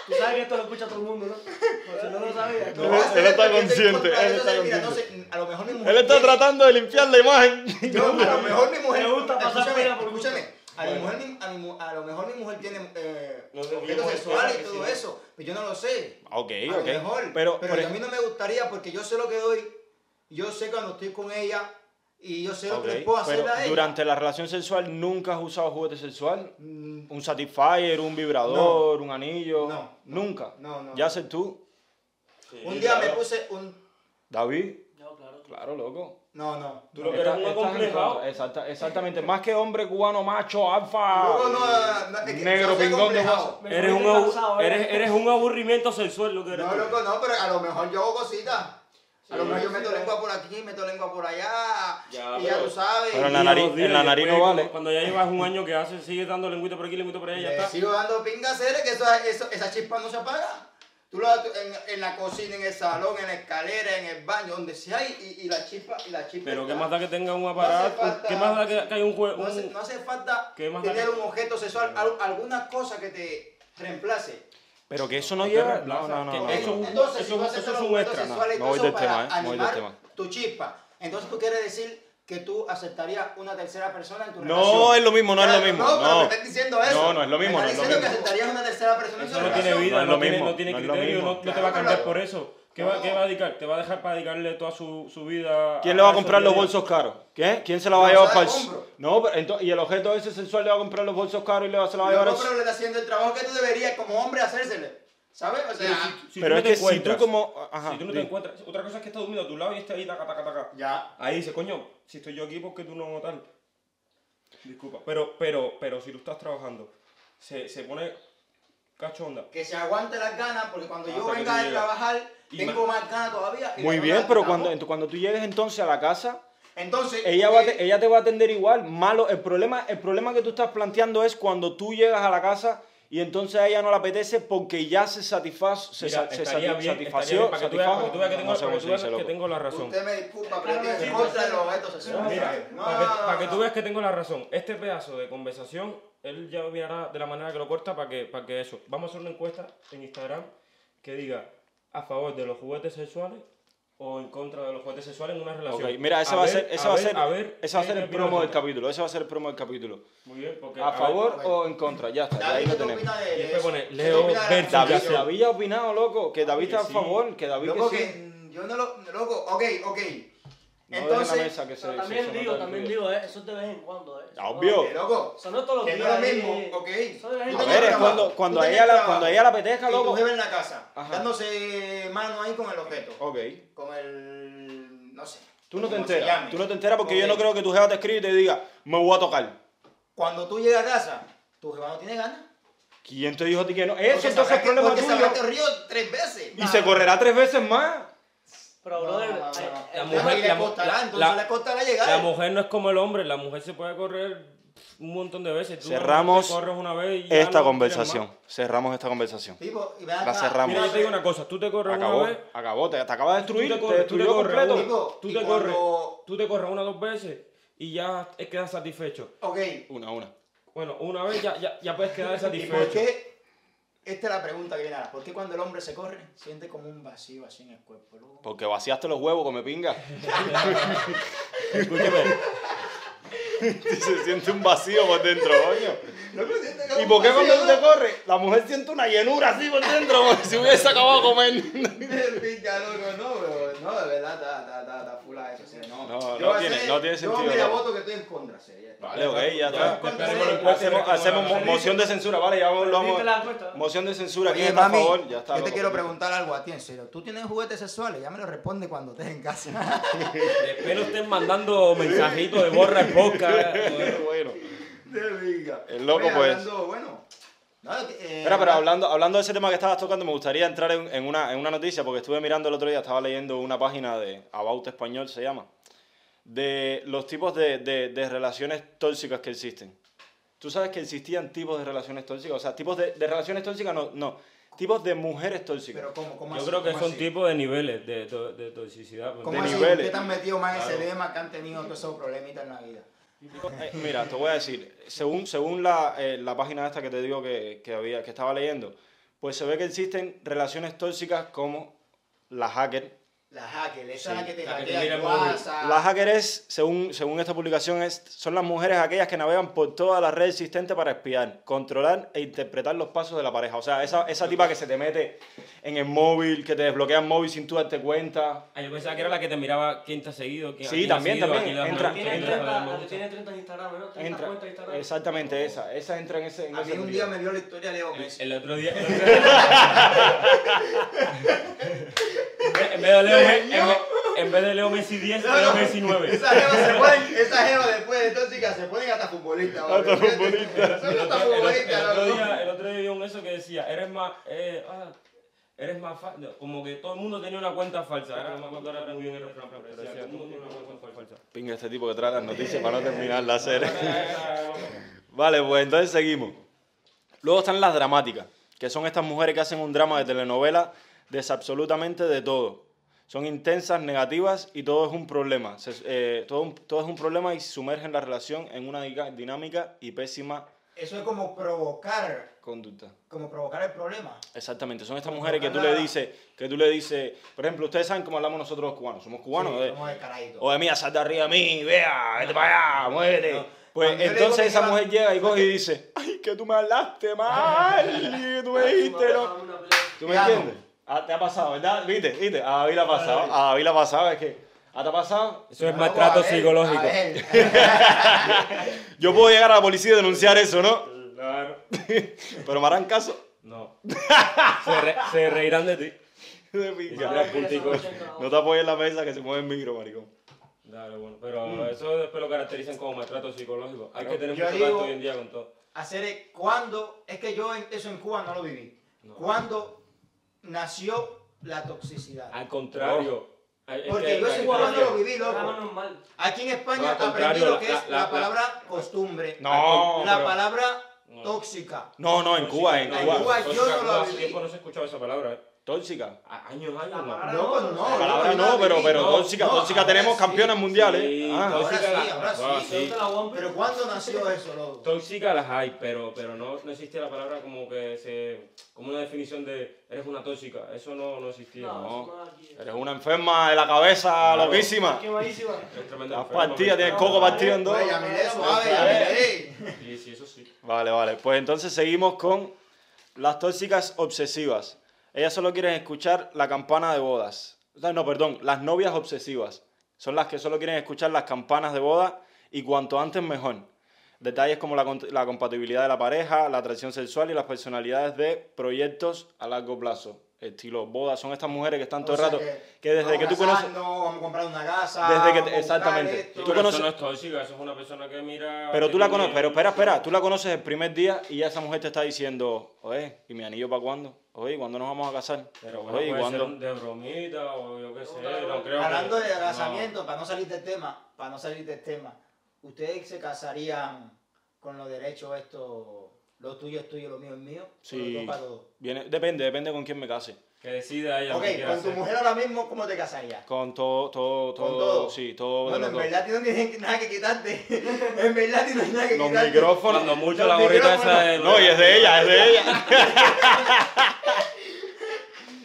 Speaker 6: Tú sabes que esto lo escucha todo el mundo, ¿no? Por si no lo sabías.
Speaker 3: No
Speaker 5: Él-
Speaker 3: va a
Speaker 5: él
Speaker 3: ser
Speaker 5: está
Speaker 3: porque estoy en
Speaker 5: consciente,
Speaker 3: contra de
Speaker 5: él
Speaker 3: eso,
Speaker 5: está
Speaker 3: o sea, mira, no sé, a lo mejor mi mujer
Speaker 5: Él está
Speaker 3: quiere-
Speaker 5: tratando de limpiar la imagen.
Speaker 3: Yo, a lo mejor mi mujer.
Speaker 6: Me gusta pasar
Speaker 3: escúchame,
Speaker 6: pena por gusto.
Speaker 3: escúchame. A, mi
Speaker 4: Bueno.
Speaker 3: mujer, mi- a, mi mu- a lo mejor mi mujer tiene eh,
Speaker 4: No sé,
Speaker 3: objetos
Speaker 4: mi mujer
Speaker 3: sexuales
Speaker 4: piensa
Speaker 3: y
Speaker 4: que
Speaker 3: todo
Speaker 4: sí.
Speaker 3: eso, pero yo no lo sé.
Speaker 5: [LAUGHS] Ok,
Speaker 3: a lo
Speaker 5: ok.
Speaker 3: mejor,
Speaker 5: Pero,
Speaker 3: pero,
Speaker 5: por
Speaker 3: a mí no me gustaría porque yo sé lo que doy, yo sé cuando estoy con ella y yo sé lo
Speaker 5: Ok,
Speaker 3: que le puedo hacer
Speaker 5: pero
Speaker 3: a ella.
Speaker 5: durante la relación sexual nunca has usado juguete sexual.
Speaker 3: Mm,
Speaker 5: Un satisfier, un vibrador, un anillo.
Speaker 3: No, no,
Speaker 5: nunca.
Speaker 3: no, no.
Speaker 5: Ya sé tú,
Speaker 4: Sí,
Speaker 3: un día
Speaker 4: claro.
Speaker 3: me puse un...
Speaker 5: David.
Speaker 6: No, claro.
Speaker 5: Claro, loco.
Speaker 3: No, no.
Speaker 4: Tú lo que eres un
Speaker 5: Estás- estás en
Speaker 4: acomplejado.
Speaker 5: contra. eh. Exacta- exactamente. Más que hombre cubano, macho,
Speaker 6: Ah,
Speaker 5: alfa.
Speaker 3: Luego no,
Speaker 6: eh,
Speaker 3: no, no, es que
Speaker 5: negro
Speaker 3: no soy
Speaker 5: pingón de
Speaker 3: complejado.
Speaker 5: WhatsApp.
Speaker 6: Me
Speaker 4: Eres un,
Speaker 6: cogiste
Speaker 4: abu-
Speaker 6: cansado, ¿eh?
Speaker 4: eres, eres un aburrimiento sexual lo que eres.
Speaker 3: No,
Speaker 4: tú.
Speaker 3: loco, no, pero a lo mejor yo hago cositas. A lo
Speaker 4: Sí,
Speaker 3: mejor yo
Speaker 6: sí,
Speaker 3: meto
Speaker 6: sí.
Speaker 3: lengua por aquí, meto lengua por allá.
Speaker 4: Ya,
Speaker 3: y ya
Speaker 4: pero-
Speaker 3: tú sabes.
Speaker 5: pero
Speaker 4: Y
Speaker 5: la
Speaker 4: los
Speaker 5: nariz-
Speaker 4: días
Speaker 5: en la nariz no
Speaker 4: después,
Speaker 5: vale.
Speaker 4: Cuando ya llevas un año que haces, sigues dando lengüita por aquí, lengüita por allá, ya
Speaker 3: Le
Speaker 4: está.
Speaker 3: sigo dando pingaceres que eso, eso- esa chispa no se apaga. Tú lo das tú- en, en la cocina, en el salón, en la escalera, en el baño, donde sea, y, y, y la chispa, y la chispa.
Speaker 4: Pero qué
Speaker 3: está.
Speaker 4: más da que tenga un
Speaker 3: No
Speaker 4: aparato,
Speaker 3: hace falta-
Speaker 4: qué más da que, que haya un juego.
Speaker 3: No hace, no hace falta
Speaker 4: ¿Qué más
Speaker 3: tener
Speaker 4: da-
Speaker 3: un objeto sexual, al- alguna cosa que te reemplace.
Speaker 5: Pero que eso no
Speaker 4: No te
Speaker 5: lleva. No,
Speaker 4: reemplaza,
Speaker 5: no, no.
Speaker 4: que
Speaker 5: no,
Speaker 4: eso-
Speaker 5: no.
Speaker 3: Entonces,
Speaker 4: eso-
Speaker 3: si tú
Speaker 4: eso
Speaker 3: haces
Speaker 4: es
Speaker 3: solo
Speaker 4: un
Speaker 3: objetos
Speaker 4: extra, no.
Speaker 3: sexuales,
Speaker 5: Me
Speaker 3: todo
Speaker 5: voy
Speaker 3: eso
Speaker 5: del tema,
Speaker 3: para
Speaker 5: eh, me voy del
Speaker 3: animar
Speaker 5: tema.
Speaker 3: tu chispa. Entonces tú quieres decir que tú aceptarías una tercera persona en tu
Speaker 5: No,
Speaker 3: relación.
Speaker 5: es lo mismo, no es lo
Speaker 3: Claro,
Speaker 5: mismo,
Speaker 3: No, pero
Speaker 5: no.
Speaker 3: me estás diciendo eso.
Speaker 5: No, no es lo mismo,
Speaker 3: Me
Speaker 5: no
Speaker 3: estás
Speaker 5: es lo
Speaker 3: diciendo que
Speaker 5: mismo.
Speaker 3: aceptarías una tercera persona en tu
Speaker 4: Eso no
Speaker 3: relación.
Speaker 4: tiene vida,
Speaker 5: No es
Speaker 4: no,
Speaker 5: lo
Speaker 4: tiene,
Speaker 5: mismo,
Speaker 4: no tiene
Speaker 5: no es lo
Speaker 4: criterio,
Speaker 5: mismo.
Speaker 4: no, no te va a cambiar por eso. ¿Qué, va,
Speaker 3: No.
Speaker 4: ¿Qué va a dedicar? ¿Te va a dejar para dedicarle toda su, su vida a-
Speaker 5: ¿Quién le va a
Speaker 4: eso
Speaker 5: comprar los
Speaker 4: que-
Speaker 5: bolsos caros? ¿Quién? ¿Quién se la va a
Speaker 3: No,
Speaker 5: llevar
Speaker 3: se la
Speaker 5: para el...
Speaker 3: compro.
Speaker 5: No, pero ento- y el objeto ese sensual le va a comprar los bolsos caros y le va, se la va a
Speaker 3: Yo
Speaker 5: llevar
Speaker 3: no,
Speaker 5: al-
Speaker 3: pero le está haciendo el trabajo que tú deberías como hombre hacérsele. ¿Sabes? O sea,
Speaker 4: Si
Speaker 5: pero
Speaker 4: tú no
Speaker 5: es que
Speaker 4: te
Speaker 5: si tú
Speaker 4: encuentras-
Speaker 5: como... Ajá,
Speaker 4: si tú no te
Speaker 5: di.
Speaker 4: encuentras, otra cosa es que está durmiendo a tu lado y está ahí, taca, taca, taca.
Speaker 3: ya.
Speaker 4: Ahí dice, coño, si estoy yo aquí, ¿por qué tú no tal? Disculpa. Pero, pero, pero si tú estás trabajando, se, se pone cachonda.
Speaker 3: Que se aguante las ganas, porque
Speaker 5: Ah,
Speaker 3: cuando yo
Speaker 4: Hasta que
Speaker 3: venga
Speaker 4: tú
Speaker 3: a
Speaker 4: llegas.
Speaker 3: trabajar,
Speaker 4: Y
Speaker 3: tengo más ganas todavía. y
Speaker 5: Muy
Speaker 3: la
Speaker 5: bien,
Speaker 3: ganas
Speaker 5: pero
Speaker 3: la
Speaker 5: cuando,
Speaker 3: acabo.
Speaker 5: ento- cuando tú llegues entonces a la casa,
Speaker 3: Entonces.
Speaker 5: ella, va a
Speaker 3: ok,
Speaker 5: te- ella te va a atender igual. Malo, el problema, el problema que tú estás planteando es cuando tú llegas a la casa y entonces a ella no le apetece porque ya se satisfaz... Se,
Speaker 4: Mira,
Speaker 5: sa- se
Speaker 4: estaría
Speaker 5: sati-
Speaker 4: bien,
Speaker 5: satisfació,
Speaker 4: estaría bien, para que tú veas, para que tú veas que
Speaker 5: satisfajo.
Speaker 4: tengo,
Speaker 5: No sé
Speaker 4: para
Speaker 5: cómo
Speaker 4: que
Speaker 5: se
Speaker 4: tú veas
Speaker 5: dice,
Speaker 4: que
Speaker 5: loco.
Speaker 4: tengo la razón.
Speaker 3: Usted me disculpa,
Speaker 6: Claro
Speaker 3: pero
Speaker 6: que
Speaker 3: estoy
Speaker 6: sí,
Speaker 3: en contra de
Speaker 6: pues,
Speaker 3: los objetos sexuales.
Speaker 4: Mira,
Speaker 3: No,
Speaker 4: para que,
Speaker 3: no,
Speaker 4: para que tú
Speaker 3: no.
Speaker 4: veas que tengo la razón, este pedazo de conversación, él ya lo mirará de la manera que lo corta para que, para que eso. Vamos a hacer una encuesta en Instagram que diga a favor de los juguetes sexuales o en contra de los juguetes sexuales en una relación.
Speaker 5: Ok, mira, ese va a
Speaker 4: ver,
Speaker 5: ser, ese va a
Speaker 4: ver,
Speaker 5: ser,
Speaker 4: ver eh,
Speaker 5: ese va a
Speaker 4: qué
Speaker 5: ser el
Speaker 4: opina
Speaker 5: promo
Speaker 4: la
Speaker 5: del
Speaker 4: gente.
Speaker 5: capítulo, ese va a ser el promo del capítulo.
Speaker 4: Muy bien, porque...
Speaker 5: ¿A
Speaker 4: ver,
Speaker 5: favor
Speaker 3: bueno.
Speaker 5: o en contra? Ya está, ya
Speaker 3: David,
Speaker 5: ahí lo
Speaker 3: ¿qué tú
Speaker 5: tenemos.
Speaker 3: opinas de
Speaker 4: Y después
Speaker 3: eso?
Speaker 4: pone,
Speaker 3: ¿Qué tú
Speaker 4: Leo
Speaker 3: opinas de la
Speaker 4: versus
Speaker 5: David,
Speaker 3: relación?
Speaker 5: David ha opinado, loco, que David
Speaker 4: que
Speaker 5: está a
Speaker 4: sí.
Speaker 5: favor, que David
Speaker 3: Loco,
Speaker 5: que sí.
Speaker 3: que mm, yo no lo. Loco, ok, ok.
Speaker 5: No dejes la
Speaker 3: Entonces.
Speaker 5: mesa que se-
Speaker 6: Pero
Speaker 5: se-
Speaker 6: también
Speaker 5: se
Speaker 6: digo,
Speaker 5: nota el
Speaker 6: también
Speaker 5: ruido.
Speaker 6: digo, eh, eso es de vez en cuando, eh. Eso no-
Speaker 5: Obvio.
Speaker 3: que, Loco.
Speaker 6: O sea, no todos los
Speaker 3: Que no
Speaker 6: días.
Speaker 3: es lo mismo,
Speaker 6: eh.
Speaker 3: ok.
Speaker 6: Eso es de vez en
Speaker 3: Yo
Speaker 5: A
Speaker 3: tengo
Speaker 5: ver, es
Speaker 3: trabajo,
Speaker 5: cuando,
Speaker 3: tú
Speaker 5: cuando, a
Speaker 3: tenés
Speaker 5: ella, la,
Speaker 3: trabajo.
Speaker 5: cuando a ella la
Speaker 3: Y
Speaker 5: apetezca,
Speaker 3: tu
Speaker 5: loco.
Speaker 3: jefe en la casa,
Speaker 5: Ajá.
Speaker 3: dándose mano ahí con el objeto.
Speaker 5: Ok.
Speaker 3: Con el. no sé.
Speaker 5: Tú no te
Speaker 3: cómo se
Speaker 5: enteras.
Speaker 3: llame.
Speaker 5: Tú no te enteras porque yo no
Speaker 3: Ok.
Speaker 5: creo que tu jefa te escriba y te diga, me voy a tocar.
Speaker 3: Cuando tú llegas a casa, tu jefa no tiene ganas.
Speaker 5: ¿Quién te dijo a ti que no? Eso
Speaker 3: Porque
Speaker 5: entonces es
Speaker 3: sabrá que-
Speaker 5: problema
Speaker 3: porque sabrá que
Speaker 5: tuyo.
Speaker 3: río tres veces.
Speaker 5: Y se correrá tres veces más.
Speaker 6: Pero, brother, eh, eh,
Speaker 4: La
Speaker 3: La
Speaker 4: mujer-
Speaker 3: mujer le
Speaker 4: la mu-
Speaker 3: costará,
Speaker 4: la-
Speaker 3: entonces
Speaker 4: la-
Speaker 3: le costará
Speaker 4: La
Speaker 3: llegar.
Speaker 4: mujer no es como el hombre, la mujer se puede correr un montón de veces. Tú
Speaker 5: Cerramos
Speaker 4: normalmente corres una vez y ya
Speaker 5: Esta
Speaker 4: no
Speaker 5: conversación.
Speaker 4: quieres
Speaker 5: Cerramos esta conversación.
Speaker 3: Tipo, y ve acá,
Speaker 5: La
Speaker 4: más.
Speaker 5: cerramos.
Speaker 4: Mira, yo te digo una cosa, tú te corres
Speaker 5: Acabó,
Speaker 4: una vez,
Speaker 5: acabó, te, te acaba de
Speaker 4: tú
Speaker 5: destruir,
Speaker 4: te
Speaker 5: te,
Speaker 4: corres, tú te
Speaker 5: destruyó
Speaker 4: corres,
Speaker 5: completo.
Speaker 4: una-
Speaker 3: Digo,
Speaker 4: tú
Speaker 3: y
Speaker 4: te corres,
Speaker 3: cuando-
Speaker 4: tú te corres una o dos veces y ya eh, quedas satisfecho.
Speaker 3: Ok,
Speaker 5: Una, una.
Speaker 4: Bueno, una vez ya, ya, ya puedes
Speaker 3: ¿y
Speaker 4: quedar
Speaker 3: por
Speaker 4: satisfecho.
Speaker 3: qué? Esta es la pregunta que viene ahora. ¿Por qué cuando el hombre se corre, siente como un vacío así en el cuerpo? loco?
Speaker 5: Porque vaciaste los huevos,
Speaker 4: [LAUGHS]
Speaker 5: come pinga.
Speaker 4: Escúchame,
Speaker 5: [LAUGHS] se siente un vacío por dentro, coño.
Speaker 3: Loco, siente como
Speaker 5: ¿Y
Speaker 3: un
Speaker 5: por qué
Speaker 3: vacío,
Speaker 5: cuando tú te
Speaker 3: loco.
Speaker 5: corres? La mujer siente una llenura así por dentro, como si hubiese acabado de comer.
Speaker 3: Pinta, loco, no, pero no, de verdad, está, está, está, está fula eso. o sea, no,
Speaker 5: No,
Speaker 3: Yo
Speaker 5: no
Speaker 3: voy a
Speaker 5: tiene-
Speaker 3: hacer-
Speaker 5: no tiene
Speaker 3: Yo
Speaker 5: sentido,
Speaker 3: mira,
Speaker 5: no.
Speaker 3: voto que estoy en contra, sería.
Speaker 5: Vale, ok, ya
Speaker 4: Ya,
Speaker 5: está.
Speaker 4: esperemos la encuesta y
Speaker 5: Hacemos,
Speaker 4: veremos
Speaker 5: hacemos
Speaker 4: cómo va.
Speaker 5: mo- moción de censura, vale, ya lo vamos.
Speaker 6: ¿Viste la encuesta?
Speaker 5: Moción de censura, ¿quién
Speaker 3: Oye,
Speaker 5: está a
Speaker 3: mami,
Speaker 5: favor? Ya está.
Speaker 3: yo
Speaker 5: loco,
Speaker 3: te quiero
Speaker 5: perfecto.
Speaker 3: preguntar algo a ti, en serio. ¿Tú tienes juguetes sexuales? Ya me lo responde cuando estés en casa.
Speaker 4: después no estén mandando mensajitos de borra en boca.
Speaker 5: Bueno.
Speaker 3: [LAUGHS] De liga.
Speaker 5: El loco, pues.
Speaker 3: hablando, bueno. No, eh,
Speaker 5: Espera, pero hablando, hablando de ese tema que estabas tocando, me gustaría entrar en, en una, en una noticia, porque estuve mirando el otro día, estaba leyendo una página de About Español, se llama, de los tipos de, de- de relaciones tóxicas que existen. ¿Tú sabes que existían tipos de relaciones tóxicas? O sea, tipos de, de relaciones tóxicas, no, no, tipos de mujeres tóxicas.
Speaker 3: Pero ¿cómo, cómo
Speaker 4: Yo
Speaker 3: así,
Speaker 4: creo que
Speaker 3: cómo
Speaker 4: son
Speaker 3: así?
Speaker 4: tipos de niveles de, to- de toxicidad. ¿me
Speaker 3: ¿Cómo
Speaker 5: de
Speaker 3: así?
Speaker 4: entiendes?
Speaker 5: niveles.
Speaker 3: ¿Por qué te han metido más en
Speaker 4: Claro.
Speaker 3: ese tema que han tenido todos esos problemitas en la vida?
Speaker 5: Eh, Mira, te voy a decir, según, según la, eh, la página esta que te digo que, que había, que estaba leyendo, pues se ve que existen relaciones tóxicas como la hacker,
Speaker 3: La hacker, esa
Speaker 5: Sí,
Speaker 3: es la que te
Speaker 4: la que te
Speaker 3: hackea
Speaker 4: mira
Speaker 3: el
Speaker 4: el móvil.
Speaker 3: WhatsApp.
Speaker 5: Las hackers, según, según esta publicación, es, son las mujeres aquellas que navegan por toda la red existente para espiar, controlar e interpretar los pasos de la pareja. O sea, esa, esa tipa que se te mete en el móvil, que te desbloquea el móvil sin tú darte cuenta.
Speaker 4: Ah, yo pensaba que era la que te miraba quién te ha seguido. Quién, a
Speaker 5: Sí,
Speaker 4: quién has
Speaker 5: también,
Speaker 4: seguido, a
Speaker 5: también.
Speaker 4: quién le has
Speaker 5: Entra-
Speaker 4: dado
Speaker 6: Tiene
Speaker 4: like, a quién le has dado
Speaker 6: 30,
Speaker 4: me
Speaker 6: la que
Speaker 4: gusta.
Speaker 6: tiene 30 en Instagram, ¿no? 30
Speaker 5: Entra,
Speaker 6: cuentas de Instagram.
Speaker 5: exactamente esa. Esa entra en ese. En
Speaker 3: A mí
Speaker 5: ese
Speaker 3: Ah, un día
Speaker 5: trío.
Speaker 3: me vio la historia "Pues, de Leo Messi.
Speaker 4: El otro día. [LAUGHS] el otro día- en, vez de Leo, Me- en, vez- en vez de Leo Messi 10,
Speaker 3: No,
Speaker 4: Leo
Speaker 3: no.
Speaker 4: Messi 9.
Speaker 3: Esa jeva se ponen, esa jeva después de tóxicas se ponen hasta futbolistas. Hasta futbolistas. Son
Speaker 4: El
Speaker 3: hasta
Speaker 4: otro, el otro- el
Speaker 3: futbolistas,
Speaker 4: otro
Speaker 3: loco.
Speaker 4: día, el otro día vi un eso que decía, eres más, eh, ah, eres más fa- no, como que todo el mundo tenía una cuenta falsa. Ahora no me acuerdo ahora muy bien el refrán, pero decía, todo el mundo tenía una cuenta falsa.
Speaker 5: Pinga este tipo que trae las noticias para no terminar la serie.
Speaker 4: Ah,
Speaker 5: Vale, pues entonces seguimos. Luego están las dramáticas, que son estas mujeres que hacen un drama de telenovela desabsolutamente de todo. Son intensas, negativas y todo es un problema. Se- eh, todo, un- todo es un problema y sumergen la relación en una diga- dinámica y pésima
Speaker 3: Eso es como provocar,
Speaker 5: conducta.
Speaker 3: como provocar el problema.
Speaker 5: Exactamente, son estas mujeres que tú
Speaker 3: ojalá-
Speaker 5: le dices, que tú le dices, por ejemplo, ustedes saben cómo hablamos nosotros los cubanos, somos cubanos. eh.
Speaker 3: Sí,
Speaker 4: eh.
Speaker 5: de-
Speaker 3: somos descaraditos.
Speaker 5: Oye, mía, sal de arriba de mí, vea, vete para allá, muévete. Pues
Speaker 3: Cuando yo le digo
Speaker 5: entonces
Speaker 3: que
Speaker 5: esa
Speaker 3: lleva-
Speaker 5: mujer llega y coge y dice, [LAUGHS] ay, que tú me hablaste mal, [LAUGHS] y que tú me dijiste, no. ¿Tú me
Speaker 3: Claro.
Speaker 5: entiendes? Ah, te ha pasado, ¿verdad? ¿Viste? ¿Viste? A David le ha pasado, a David le ha pasado, es que, ¿ah, te ha pasado?
Speaker 4: Eso es
Speaker 3: Loco,
Speaker 4: maltrato
Speaker 3: a ver,
Speaker 4: psicológico.
Speaker 3: a ver.
Speaker 5: Yo puedo llegar a la policía y denunciar eso, [LAUGHS] ¿no? Pero me harán caso.
Speaker 3: [LAUGHS]
Speaker 4: No. Se, re- se reirán de ti.
Speaker 5: [LAUGHS] De
Speaker 4: Y
Speaker 5: pinga.
Speaker 4: te harán punticos.
Speaker 5: No te apoyes en la mesa que se mueve el micro, maricón.
Speaker 4: Dale, bueno, pero
Speaker 5: Mm.
Speaker 4: eso después lo caracterizan como maltrato psicológico. Hay que tener
Speaker 3: Yo
Speaker 4: mucho
Speaker 3: digo-
Speaker 4: tacto hoy en día con todo.
Speaker 3: hacer cuando es que yo en- eso en Cuba no lo viví
Speaker 4: No.
Speaker 3: cuando nació la toxicidad
Speaker 4: Al contrario. hay- es que
Speaker 3: Oh. porque
Speaker 4: hay-
Speaker 3: yo
Speaker 4: hay-
Speaker 3: en Cuba no lo viví
Speaker 6: Programa
Speaker 3: loco
Speaker 6: normal.
Speaker 3: aquí en
Speaker 4: No,
Speaker 3: España
Speaker 4: al
Speaker 3: aprendí
Speaker 4: contrario,
Speaker 3: lo que
Speaker 4: la-
Speaker 3: es
Speaker 4: la-
Speaker 3: la,
Speaker 4: la-
Speaker 3: palabra costumbre
Speaker 5: No,
Speaker 3: la
Speaker 4: pero-
Speaker 3: palabra
Speaker 4: No.
Speaker 3: tóxica
Speaker 5: No, no, en Cuba, en
Speaker 4: No,
Speaker 3: en
Speaker 5: Cuba.
Speaker 3: Cuba yo no
Speaker 4: Cuba
Speaker 3: la
Speaker 4: hace
Speaker 3: viví.
Speaker 4: tiempo no se escuchaba esa palabra. ¿eh?
Speaker 5: Tóxica.
Speaker 4: A- Años, años.
Speaker 6: La
Speaker 4: ¿no?
Speaker 6: palabra-
Speaker 3: loco no
Speaker 5: La
Speaker 3: yo
Speaker 5: palabra
Speaker 3: no la
Speaker 5: no, pero,
Speaker 3: viví.
Speaker 5: pero
Speaker 4: no,
Speaker 5: tóxica,
Speaker 3: no,
Speaker 5: tóxica.
Speaker 3: ahora
Speaker 5: Tenemos
Speaker 3: sí.
Speaker 5: campeonas mundiales.
Speaker 4: Sí,
Speaker 5: Ah.
Speaker 3: ahora
Speaker 4: tóxica,
Speaker 3: sí,
Speaker 4: la-
Speaker 3: ahora
Speaker 4: ah,
Speaker 3: sí.
Speaker 4: sí.
Speaker 3: pero cuando nació eso loco
Speaker 4: Tóxica las hay, pero, pero no, no existía la palabra como que se, como una definición de eres una tóxica. Eso no, no existía.
Speaker 6: No,
Speaker 5: No.
Speaker 6: eso no es aquí.
Speaker 5: Eres una enferma de la cabeza,
Speaker 4: Claro.
Speaker 5: loquísima.
Speaker 6: Qué malísima.
Speaker 4: Es tremenda
Speaker 5: Las
Speaker 4: enferma,
Speaker 5: partidas,
Speaker 4: pero-
Speaker 5: tienes coco partido en dos.
Speaker 3: Oye, ya miré eso,
Speaker 6: Pero-
Speaker 3: ave, ya miré.
Speaker 4: Sí, sí, eso sí.
Speaker 5: Vale, vale. Pues entonces seguimos con las tóxicas obsesivas. Ellas solo quieren escuchar la campana de bodas. O sea, no, perdón, las novias obsesivas. Son las que solo quieren escuchar las campanas de boda y cuanto antes mejor. Detalles como la, cont- la compatibilidad de la pareja, la atracción sexual y las personalidades de proyectos a largo plazo. Estilo boda. Son estas mujeres que están todo el
Speaker 3: O sea
Speaker 5: rato. Que desde
Speaker 3: vamos
Speaker 5: que tú conoces.
Speaker 3: casando, Vamos a comprar una casa.
Speaker 5: Desde que te-
Speaker 3: vamos a
Speaker 5: exactamente.
Speaker 3: buscar esto.
Speaker 5: Tú
Speaker 4: Pero
Speaker 5: conoces-
Speaker 4: Eso no es tóxica, eso es una persona que mira.
Speaker 5: Pero
Speaker 4: que
Speaker 5: tú la
Speaker 4: tiene-
Speaker 5: conoces, pero espera, espera, tú la conoces el primer día y ya esa mujer te está diciendo, oye, ¿y mi anillo para cuándo? Oye, ¿cuándo nos vamos a casar?
Speaker 4: Pero bueno,
Speaker 5: oye,
Speaker 4: puede
Speaker 5: ¿cuándo?
Speaker 4: ser de bromita o yo qué sé, no creo que-
Speaker 3: Hablando de
Speaker 4: no.
Speaker 3: casamiento, para no salir del tema, para no salir del tema, ¿ustedes se casarían con los derechos estos, lo tuyo es tuyo, lo mío es mío?
Speaker 5: Sí.
Speaker 3: ¿O los dos para todos?
Speaker 5: Viene, depende, depende con quién me case.
Speaker 4: Que decida ella lo
Speaker 3: Ok,
Speaker 4: que quiera
Speaker 3: con tu
Speaker 4: hacer.
Speaker 3: mujer ahora mismo, ¿cómo te casarías?
Speaker 5: Con todo, todo, todo,
Speaker 3: ¿Con todo?
Speaker 5: sí, todo de
Speaker 3: Bueno,
Speaker 5: los
Speaker 3: en
Speaker 5: dos.
Speaker 3: verdad tú no tienes nada que quitarte. [LAUGHS] en verdad tú no tienes nada que
Speaker 5: Los
Speaker 3: quitarte.
Speaker 5: micrófonos.
Speaker 4: Cuando mucho
Speaker 3: Los
Speaker 4: la gorrita
Speaker 3: micrófonos.
Speaker 4: esa de.
Speaker 5: No, y es de ella, es de ella.
Speaker 3: [LAUGHS]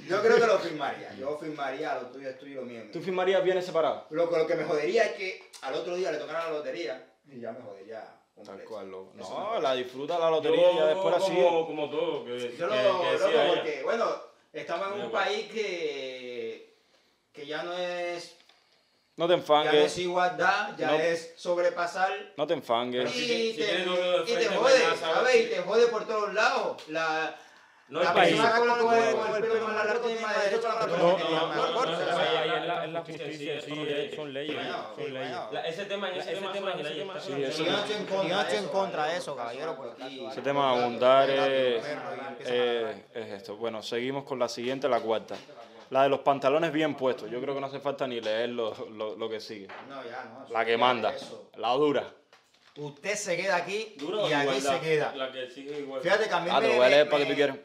Speaker 3: Yo creo que lo firmaría. Yo firmaría lo tuyo es tuyo, lo mío es mío.
Speaker 5: ¿Tú firmarías bienes separados?
Speaker 3: Lo, que- lo que me jodería es que al otro día le tocara la lotería y ya me jodería. completo.
Speaker 5: loco.
Speaker 3: Eso me
Speaker 5: No,
Speaker 3: jodería.
Speaker 5: la disfruta la lotería
Speaker 4: Yo
Speaker 5: y ya después la
Speaker 4: como,
Speaker 5: sigue.
Speaker 4: como todo, que,
Speaker 3: Yo lo
Speaker 4: que- que
Speaker 3: loco
Speaker 4: decida ella.
Speaker 3: porque, bueno, estamos en
Speaker 4: Muy
Speaker 3: un
Speaker 4: bueno.
Speaker 3: país que, que ya no es,
Speaker 5: No te
Speaker 3: ya no
Speaker 4: Ah,
Speaker 3: es
Speaker 5: enfangues,
Speaker 3: igualdad, ya
Speaker 5: No.
Speaker 3: es sobrepasar.
Speaker 5: no te
Speaker 3: Y,
Speaker 5: enfangues.
Speaker 4: si- si
Speaker 3: te,
Speaker 4: tienes novio de
Speaker 3: y te
Speaker 4: frente,
Speaker 3: jode,
Speaker 4: ¿verdad?
Speaker 3: ¿sabes? Y te jode por todos lados. La,
Speaker 4: No
Speaker 3: la
Speaker 4: hay país.
Speaker 3: persona con,
Speaker 6: No,
Speaker 3: con el-
Speaker 6: no,
Speaker 3: con el pelo más largo tiene más derecho que la persona
Speaker 5: no,
Speaker 3: que tiene
Speaker 5: no,
Speaker 3: más
Speaker 5: no,
Speaker 3: corto.
Speaker 5: no,
Speaker 3: O sea,
Speaker 5: no,
Speaker 3: la-
Speaker 5: no,
Speaker 4: es
Speaker 5: no,
Speaker 4: la- es la
Speaker 5: justicia,
Speaker 4: justicia,
Speaker 5: son
Speaker 4: sí,
Speaker 5: leyes,
Speaker 4: sí.
Speaker 5: son leyes,
Speaker 3: Bueno,
Speaker 5: son
Speaker 3: sí,
Speaker 5: leyes.
Speaker 3: bueno.
Speaker 4: La- ese tema, ese,
Speaker 6: ese
Speaker 4: tema,
Speaker 6: tema,
Speaker 4: son
Speaker 6: ese
Speaker 4: leyes,
Speaker 6: tema
Speaker 4: está
Speaker 6: son
Speaker 4: bien.
Speaker 3: Yo
Speaker 5: leyes.
Speaker 3: no estoy en contra,
Speaker 1: Yo no estoy en
Speaker 3: de eso,
Speaker 1: contra de eso, caballero,
Speaker 3: por
Speaker 1: porque
Speaker 3: aquí.
Speaker 1: aquí-
Speaker 5: Ese tema de abundar es, eh, es esto. Bueno, seguimos con la siguiente, la cuarta. La de los pantalones bien puestos. Yo creo que no hace falta ni leer lo, lo- lo que sigue.
Speaker 3: No, ya, no, eso
Speaker 5: La que
Speaker 3: ya
Speaker 5: manda,
Speaker 3: eso.
Speaker 5: la dura.
Speaker 3: Usted se queda aquí
Speaker 4: Duro
Speaker 3: y aquí
Speaker 4: igualdad,
Speaker 3: se queda.
Speaker 4: La que exige igualdad.
Speaker 3: Fíjate que a mí
Speaker 5: Ah, te
Speaker 3: me-
Speaker 5: lo voy a
Speaker 3: me-
Speaker 5: leer para que
Speaker 3: me-
Speaker 5: tú quieras.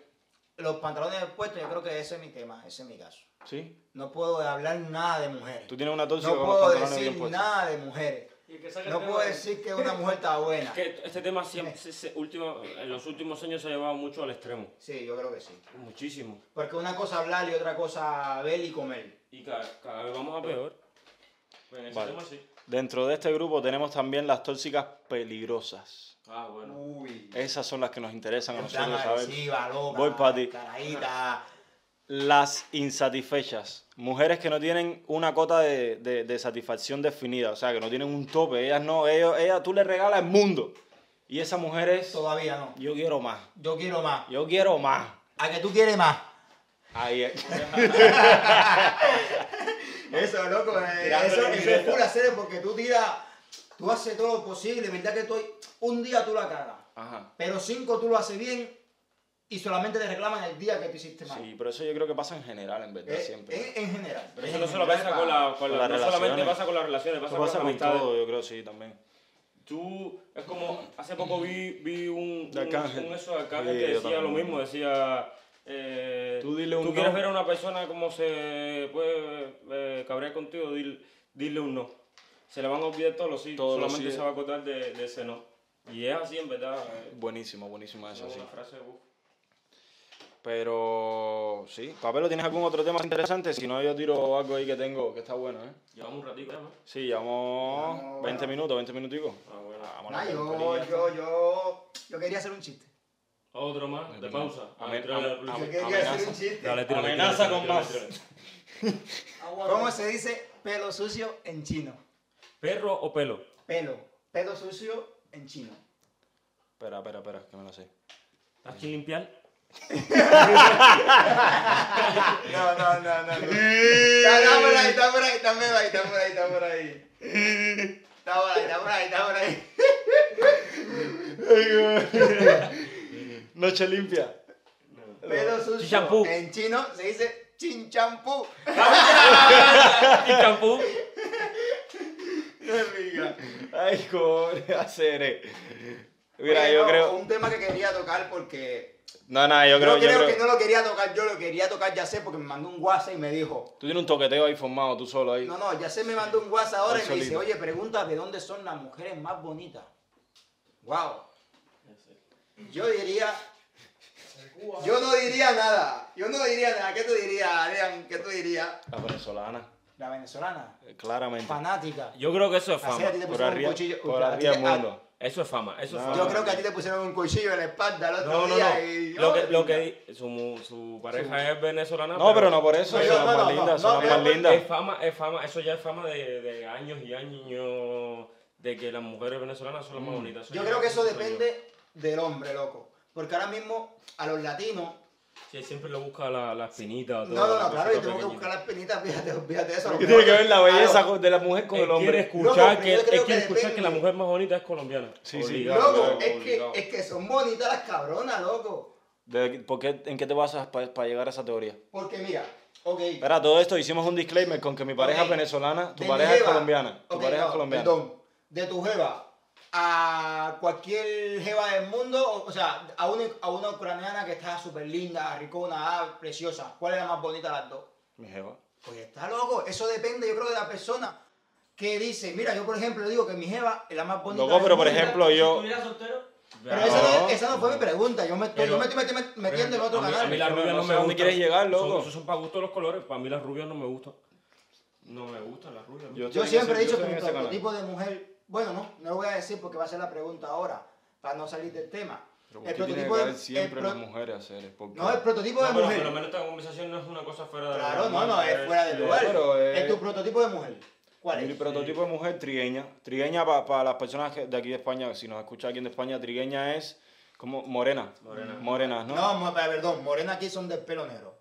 Speaker 3: Los pantalones puestos, yo creo que ese es mi tema, ese es mi caso.
Speaker 5: ¿Sí?
Speaker 3: No puedo hablar nada de mujeres.
Speaker 5: Tú tienes una
Speaker 3: No
Speaker 5: tóxica con los
Speaker 3: puedo
Speaker 5: pantalones bien
Speaker 3: decir
Speaker 5: puestos.
Speaker 3: nada de mujeres.
Speaker 6: Y el que saca el
Speaker 3: No
Speaker 6: tema
Speaker 3: puedo
Speaker 6: de-
Speaker 3: decir que una mujer está buena.
Speaker 4: Que este tema siempre, se- se- último- en los últimos años se ha llevado mucho al extremo.
Speaker 3: Sí, yo creo que sí.
Speaker 4: Muchísimo.
Speaker 3: Porque una cosa hablar y otra cosa ver y comer.
Speaker 4: Y ca- cada, vez vamos a peor. Pues en ese
Speaker 5: Vale.
Speaker 4: tema sí.
Speaker 5: Dentro de este grupo tenemos también las tóxicas peligrosas.
Speaker 4: Ah, bueno.
Speaker 3: Uy.
Speaker 5: Esas son las que nos interesan a
Speaker 3: En plan
Speaker 5: nosotros, ¿sabes?
Speaker 3: agresiva, loca.
Speaker 5: Voy pa' ti.
Speaker 3: carajita.
Speaker 5: Las insatisfechas. Mujeres que no tienen una cota de, de- de satisfacción definida, o sea, que no tienen un tope. Ellas no, ellos, ella, tú le regalas el mundo. Y esa mujer es...
Speaker 3: Todavía no.
Speaker 5: Yo quiero más.
Speaker 3: Yo quiero más.
Speaker 5: Yo quiero más.
Speaker 3: ¿A que tú quieres más? [LAUGHS]
Speaker 5: Ahí es.
Speaker 3: Eso, loco, eh,
Speaker 5: Tirándole
Speaker 3: eso, eso
Speaker 5: en
Speaker 3: es
Speaker 5: directo.
Speaker 3: full hacer porque tú tiras, tú haces todo lo posible, verdad que estoy, un día tú la cagas,
Speaker 5: Ajá.
Speaker 3: pero cinco tú lo haces bien y solamente te reclaman el día que tú hiciste mal.
Speaker 5: Sí, pero eso yo creo que pasa en general, en verdad,
Speaker 3: Eh,
Speaker 5: siempre.
Speaker 3: eh, En, general.
Speaker 4: Pero
Speaker 3: En
Speaker 4: eso no solo pasa
Speaker 3: general,
Speaker 4: con,
Speaker 3: pa-
Speaker 4: la, con
Speaker 5: Con
Speaker 4: la-
Speaker 5: las
Speaker 4: no solamente
Speaker 5: relaciones.
Speaker 4: pasa con las relaciones, pasa,
Speaker 5: Eso pasa
Speaker 4: con
Speaker 5: con
Speaker 4: las amistades.
Speaker 5: todo, yo creo, sí, también.
Speaker 4: Tú, es como, hace poco vi, vi un,
Speaker 5: De
Speaker 4: un,
Speaker 5: Arcángel.
Speaker 4: un eso de Arcángel
Speaker 5: Sí,
Speaker 4: que
Speaker 5: yo
Speaker 4: decía lo
Speaker 5: también.
Speaker 4: mismo, decía... eh,
Speaker 5: Tú dile un no.
Speaker 4: quieres ver a una persona cómo se puede eh, cabrear contigo, dile, dile un no. Se le van a olvidar todos los sí,
Speaker 5: Todos los
Speaker 4: solamente
Speaker 5: sí.
Speaker 4: se va a acordar de, de ese no. Y es así, en verdad. eh,
Speaker 5: Buenísimo, buenísimo eso,
Speaker 4: es
Speaker 5: sí.
Speaker 4: una frase, uf.
Speaker 5: Pero sí, Papelo, ¿tienes algún otro tema interesante? Si no, yo tiro algo ahí que tengo que está bueno, ¿eh?
Speaker 4: Llevamos un ratito, ¿no?
Speaker 5: Sí, llevamos
Speaker 3: Llevamos,
Speaker 5: 20
Speaker 3: bueno.
Speaker 5: minutos, 20 minuticos.
Speaker 4: Ah, bueno.
Speaker 5: Vámonos,
Speaker 3: Nah,
Speaker 5: con
Speaker 3: yo,
Speaker 5: pelilla.
Speaker 3: yo, yo, yo quería hacer un chiste.
Speaker 4: Otro más, de pausa.
Speaker 5: A
Speaker 4: Ah,
Speaker 5: ver,
Speaker 4: tírale
Speaker 5: a-
Speaker 4: al
Speaker 5: a-
Speaker 3: Yo
Speaker 4: principio.
Speaker 3: quería hacer
Speaker 5: amenaza.
Speaker 3: un chiste.
Speaker 4: Dale, tírale,
Speaker 5: Amenaza
Speaker 4: tírale,
Speaker 5: con
Speaker 4: tírale,
Speaker 5: más.
Speaker 4: tírale.
Speaker 6: Agua,
Speaker 3: ¿Cómo se dice pelo sucio en chino?
Speaker 4: ¿Perro o pelo?
Speaker 3: Pelo, pelo sucio en chino.
Speaker 5: Espera, espera, espera, que me lo sé.
Speaker 4: ¿Estás sin limpiar?
Speaker 3: No, no, no,
Speaker 5: [LAUGHS]
Speaker 3: no. no. Está, está por ahí, está por ahí, está por ahí, está por ahí, está por ahí. Está por ahí, está por ahí, está por ahí.
Speaker 5: Noche limpia.
Speaker 3: Pelo sucio.
Speaker 4: Chichampú.
Speaker 3: En chino se dice chinchampú.
Speaker 4: ¿Y champú?
Speaker 3: No es rica.
Speaker 5: Ay, cobre, [LAUGHS] hacer. eh. Mira, yo
Speaker 3: Bueno,
Speaker 5: creo.
Speaker 3: Un tema que quería tocar porque.
Speaker 5: No, no, yo creo,
Speaker 3: no
Speaker 5: yo
Speaker 3: creo
Speaker 5: creo.
Speaker 3: que no lo quería tocar, yo lo quería tocar ya sé porque me mandó un WhatsApp y me dijo.
Speaker 5: Tú tienes un toqueteo ahí formado, tú solo ahí.
Speaker 3: No, no, ya sé me mandó un WhatsApp ahora
Speaker 5: Él
Speaker 3: y me dice,
Speaker 5: solito.
Speaker 3: oye, pregunta de dónde son las mujeres más bonitas. Wow. Yo diría. Yo no diría nada. Yo no diría nada. ¿Qué tú dirías, Adrián? ¿Qué tú dirías?
Speaker 5: La venezolana,
Speaker 3: La venezolana.
Speaker 5: eh, claramente.
Speaker 3: Fanática.
Speaker 4: Yo creo que eso es
Speaker 3: Así a ti te
Speaker 4: fama.
Speaker 5: Por
Speaker 3: pusieron un
Speaker 5: arriba,
Speaker 3: cuchillo.
Speaker 5: por
Speaker 3: a ti
Speaker 5: arriba
Speaker 3: te-
Speaker 5: del mundo.
Speaker 4: Eso es fama, eso es
Speaker 5: No,
Speaker 4: fama.
Speaker 3: Yo creo que a ti te pusieron un cuchillo en la espalda el [LAUGHS] otro
Speaker 4: No, no,
Speaker 3: día
Speaker 4: no.
Speaker 3: y-
Speaker 4: Lo que, lo que
Speaker 3: Mira.
Speaker 4: di- su, mu- su pareja es venezolana.
Speaker 5: No, pero no por eso,
Speaker 3: No,
Speaker 5: son
Speaker 3: no,
Speaker 5: las más
Speaker 3: no,
Speaker 5: lindas,
Speaker 3: no,
Speaker 5: son las
Speaker 3: no,
Speaker 5: más
Speaker 3: no,
Speaker 5: lindas.
Speaker 4: Es fama, es fama, eso ya es fama de, de años y años de que las mujeres venezolanas son las más bonitas.
Speaker 3: Mm. Yo creo que eso
Speaker 4: soy yo.
Speaker 3: depende del hombre, loco. Porque ahora mismo a los latinos
Speaker 4: Sí, siempre le busca la, la espinita. o
Speaker 3: No,
Speaker 4: toda
Speaker 3: no,
Speaker 4: la
Speaker 3: no, claro,
Speaker 4: cosita
Speaker 3: yo tengo que
Speaker 4: pequeñita.
Speaker 3: buscar las pinitas, fíjate, olvídate de eso.
Speaker 5: ¿Qué tiene que ver la belleza
Speaker 3: Claro. Eh,
Speaker 5: con- de la mujer con
Speaker 4: Él
Speaker 5: el
Speaker 4: Eh, quiere
Speaker 5: hombre?
Speaker 4: escuchar,
Speaker 3: pero
Speaker 4: que,
Speaker 3: yo
Speaker 4: él
Speaker 3: creo que
Speaker 4: quiere escuchar que la
Speaker 3: depende.
Speaker 4: mujer más bonita es colombiana.
Speaker 5: Sí, sí.
Speaker 3: Loco,
Speaker 4: obligado,
Speaker 3: es que,
Speaker 4: obligado.
Speaker 3: es que son bonitas las cabronas, loco.
Speaker 5: ¿De- por qué- ¿En qué te basas para llegar a esa teoría?
Speaker 3: Porque mira, ok.
Speaker 5: Espera, todo esto hicimos un disclaimer con que mi pareja
Speaker 3: Ok.
Speaker 5: es venezolana, tu
Speaker 3: De mi
Speaker 5: pareja es
Speaker 3: jeva.
Speaker 5: colombiana. Tu
Speaker 3: Ok,
Speaker 5: pareja
Speaker 3: no,
Speaker 5: es colombiana.
Speaker 3: Perdón, de tu jeva a cualquier jeva del mundo, o- o sea, a una, a una ucraniana que está súper linda, ricona, ah, preciosa, ¿cuál es la más bonita de las dos?
Speaker 5: Mi jeva.
Speaker 3: Pues está loco, eso depende, yo creo, de la persona que dice, mira, yo por ejemplo digo que mi jeva es la más bonita.
Speaker 5: Loco,
Speaker 3: del
Speaker 5: pero por
Speaker 3: mundo".
Speaker 5: ejemplo yo...
Speaker 6: Si estuviera soltero,
Speaker 3: Pero esa no,
Speaker 5: No.
Speaker 3: esa no fue mi pregunta, yo me estoy,
Speaker 4: Pero-
Speaker 3: yo me estoy meti- metiendo en otro
Speaker 4: a mí,
Speaker 3: canal.
Speaker 4: A mí las
Speaker 5: No
Speaker 4: rubias no,
Speaker 5: sé
Speaker 4: me
Speaker 5: dónde
Speaker 4: gustan.
Speaker 5: quieres llegar, loco.
Speaker 4: Son, esos son para gusto los colores. Para mí las rubias no me gustan. No me gustan las rubias. Yo,
Speaker 5: Yo-
Speaker 3: Yo
Speaker 5: estoy en
Speaker 3: siempre
Speaker 5: ese-
Speaker 3: he dicho
Speaker 5: yo
Speaker 3: que mi
Speaker 5: estoy en ese canal.
Speaker 3: prototipo de mujer, bueno, no, no lo voy a decir porque va a ser la pregunta ahora, para no salir del tema. El prototipo de el pro-
Speaker 5: mujeres a hacer? porque-
Speaker 3: No, el prototipo de
Speaker 4: no, pero
Speaker 3: mujer.
Speaker 4: por lo menos esta conversación no es una cosa fuera de
Speaker 3: Claro,
Speaker 4: la
Speaker 3: no,
Speaker 4: normal,
Speaker 3: no, es fuera de
Speaker 5: sí,
Speaker 3: lugar.
Speaker 5: pero es-
Speaker 3: Es tu prototipo de mujer. ¿Cuál
Speaker 5: Mi
Speaker 3: es?
Speaker 5: prototipo de mujer trigueña. Trigueña para las personas que- de aquí de España, si nos escucha alguien de España, trigueña es como morena. Morena. Morenas, ¿no?
Speaker 3: No, mo- perdón, morena aquí son del pelo negro.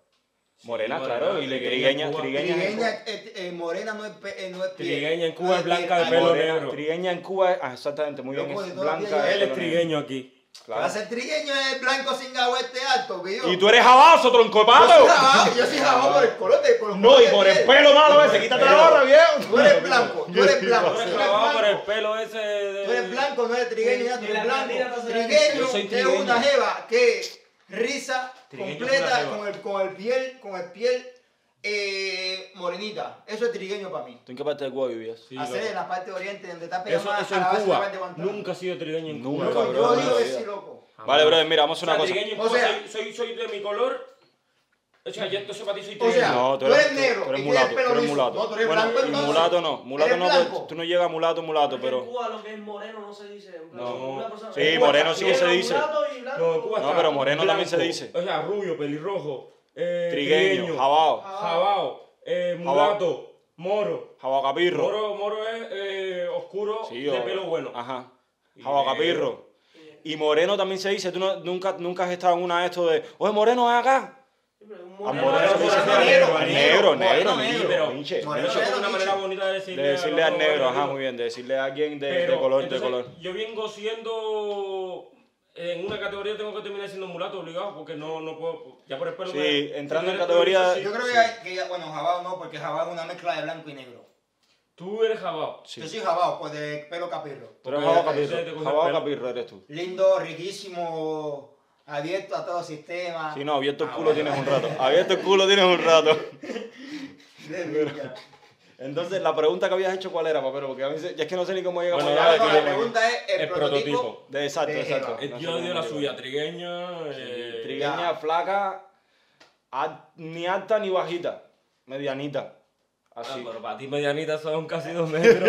Speaker 5: Morena,
Speaker 4: Sí,
Speaker 5: claro.
Speaker 4: morena,
Speaker 5: y le
Speaker 4: trigueña
Speaker 5: trigueña,
Speaker 4: en Cuba.
Speaker 5: trigueña,
Speaker 3: Trigueña, eh, eh, morena no es, pe- eh, no es piel.
Speaker 4: Trigueña en Cuba
Speaker 3: No
Speaker 4: es blanca
Speaker 3: piel.
Speaker 4: de
Speaker 5: en
Speaker 3: Ah,
Speaker 4: pelo
Speaker 5: Cuba.
Speaker 3: morena.
Speaker 5: Morena-
Speaker 4: negro.
Speaker 5: Trigueña en Cuba, es- ah, exactamente, muy bien.
Speaker 3: Loco, de
Speaker 5: Es
Speaker 3: todas
Speaker 5: blanca.
Speaker 3: maneras,
Speaker 5: de
Speaker 4: Él es
Speaker 5: pelo negro.
Speaker 4: trigueño aquí.
Speaker 3: Va a
Speaker 5: Claro.
Speaker 3: ser trigueño es blanco sin gabo este alto, que yo.
Speaker 5: Y tú eres jabazo, troncopado.
Speaker 3: Yo soy jabao, yo soy jabao por el color de por los
Speaker 5: No, y
Speaker 3: colores de
Speaker 5: por el
Speaker 3: piel.
Speaker 5: pelo malo ese, quítate la barra,
Speaker 3: Tú
Speaker 5: viejo.
Speaker 3: eres blanco, tú eres blanco.
Speaker 4: Tú
Speaker 3: si
Speaker 4: eres
Speaker 3: tú
Speaker 4: clavado por el
Speaker 3: blanco,
Speaker 4: pelo ese de...
Speaker 3: Tú eres blanco, no eres trigueño, ya tú
Speaker 6: Y la
Speaker 3: eres blanco.
Speaker 6: bandera no se ve.
Speaker 4: Yo soy
Speaker 3: Trigueño es
Speaker 4: trigueño.
Speaker 3: una jeva que risa
Speaker 4: Trigueño es una
Speaker 3: completa
Speaker 4: jeva.
Speaker 3: con el, con el piel, con el piel eh, morenita. Eso es trigueño para mí.
Speaker 5: ¿Tú en qué parte de Cuba vivías?
Speaker 4: Sí,
Speaker 3: Hacer
Speaker 4: loco.
Speaker 3: en la parte oriente donde está pegado
Speaker 4: Eso,
Speaker 3: más
Speaker 4: eso
Speaker 3: a la
Speaker 4: en
Speaker 3: base de la
Speaker 4: Cuba.
Speaker 3: parte de Guantánamo.
Speaker 4: Nunca ha sido trigueño en
Speaker 5: Nunca,
Speaker 4: Cuba.
Speaker 3: Loco,
Speaker 5: cabrón,
Speaker 3: yo
Speaker 5: en
Speaker 3: digo
Speaker 5: la
Speaker 3: que
Speaker 5: vida.
Speaker 3: sí, loco.
Speaker 5: Vale, brother, mira, vamos a hacer una
Speaker 4: O sea,
Speaker 5: cosa.
Speaker 4: trigueño en
Speaker 3: O
Speaker 4: Cuba,
Speaker 3: sea-
Speaker 4: soy, soy, soy de mi color. O sea, yo entonces para ti soy
Speaker 3: O
Speaker 4: trigueño.
Speaker 3: sea,
Speaker 5: No,
Speaker 3: tú eres negro
Speaker 5: tú eres
Speaker 3: y tienes
Speaker 5: mulato,
Speaker 3: pelo
Speaker 5: tú eres
Speaker 3: liso.
Speaker 5: mulato.
Speaker 3: No, tú eres
Speaker 5: bueno,
Speaker 3: blanco,
Speaker 5: y
Speaker 3: entonces.
Speaker 5: mulato no, mulato
Speaker 3: Eres
Speaker 5: no, porque
Speaker 3: blanco.
Speaker 5: tú no llegas a mulato, mulato,
Speaker 6: en
Speaker 5: pero...
Speaker 6: Cuba lo que es moreno no se dice. En plan,
Speaker 4: No.
Speaker 6: una persona-
Speaker 5: Sí,
Speaker 6: en Cuba
Speaker 5: moreno
Speaker 6: está
Speaker 5: sí se
Speaker 6: negro,
Speaker 5: dice.
Speaker 6: mulato y blanco.
Speaker 4: No, en Cuba
Speaker 5: No,
Speaker 4: está
Speaker 5: pero moreno también se dice.
Speaker 4: O sea, rubio, pelirrojo, eh,
Speaker 5: Trigueño, jabao,
Speaker 4: jabao, eh, mulato, moro.
Speaker 5: jabao capirro.
Speaker 4: Moro, moro es eh, oscuro
Speaker 5: Sí,
Speaker 4: de
Speaker 5: o-
Speaker 4: pelo bueno.
Speaker 5: Ajá,
Speaker 4: Y
Speaker 5: jabao
Speaker 4: negro.
Speaker 5: capirro. Y moreno también se dice, tú no- nunca, nunca has estado en una de esto de, oye, moreno, ven acá.
Speaker 6: Sí, pero un
Speaker 5: A
Speaker 6: moreno-
Speaker 5: Ah, moreno se
Speaker 4: moreno,
Speaker 5: dice
Speaker 4: moreno,
Speaker 5: negro,
Speaker 4: negro,
Speaker 5: negro, negro,
Speaker 3: moreno,
Speaker 4: Sí, pero
Speaker 5: negro, pinche.
Speaker 3: Moreno,
Speaker 4: eso
Speaker 5: pinche.
Speaker 4: es
Speaker 3: Pero
Speaker 4: una
Speaker 3: dicho.
Speaker 4: manera bonita de
Speaker 5: De
Speaker 4: decirle,
Speaker 5: decirle
Speaker 4: los
Speaker 5: al negro,
Speaker 4: hombres,
Speaker 5: ajá,
Speaker 4: ¿no?
Speaker 5: muy bien, de decirle a alguien de, de
Speaker 4: Pero,
Speaker 5: color, de
Speaker 4: entonces,
Speaker 5: color.
Speaker 4: Yo vengo siendo. En una categoría tengo que terminar siendo mulato obligado porque no, no puedo. Ya por el pelo.
Speaker 5: Sí,
Speaker 4: me-
Speaker 5: entrando
Speaker 4: tú
Speaker 5: en
Speaker 4: eres-
Speaker 5: categoría-
Speaker 4: tú eres-
Speaker 3: Yo creo que, hay- que ya- bueno, jabao no, porque jabao es una mezcla de blanco y negro.
Speaker 4: Tú eres jabao.
Speaker 5: Sí.
Speaker 3: Yo soy jabao, pues de pelo capirro.
Speaker 5: Tú eres
Speaker 4: porque
Speaker 5: jabao
Speaker 4: ya- ya te
Speaker 5: capirro,
Speaker 4: coge el
Speaker 5: jabao
Speaker 4: pelo.
Speaker 5: capirro eres tú.
Speaker 3: Lindo, riquísimo, abierto a todo sistema.
Speaker 5: Si no, abierto el
Speaker 3: Ah,
Speaker 5: culo
Speaker 3: bueno.
Speaker 5: tienes un rato, abierto el culo tienes
Speaker 4: [LAUGHS]
Speaker 5: un rato.
Speaker 3: [LAUGHS] De [LAUGHS] pinga.
Speaker 5: Entonces, la pregunta que habías hecho, ¿cuál era, papero? Porque a mí se- ya es que no sé ni cómo llegamos
Speaker 4: Bueno,
Speaker 5: allá.
Speaker 4: dale,
Speaker 5: de
Speaker 3: No,
Speaker 5: que-
Speaker 3: la pregunta es el,
Speaker 4: El
Speaker 3: prototipo.
Speaker 4: prototipo.
Speaker 5: de- exacto,
Speaker 3: de-
Speaker 5: exacto.
Speaker 4: Eh,
Speaker 5: No sé
Speaker 4: Yo
Speaker 5: cómo
Speaker 4: dio la
Speaker 5: llegamos.
Speaker 4: suya, trigueña. eh,
Speaker 5: Trigueña,
Speaker 3: Ya.
Speaker 5: flaca, al- ni alta ni bajita, medianita.
Speaker 4: Ah,
Speaker 5: Así.
Speaker 4: pero para ti medianita son casi dos metros.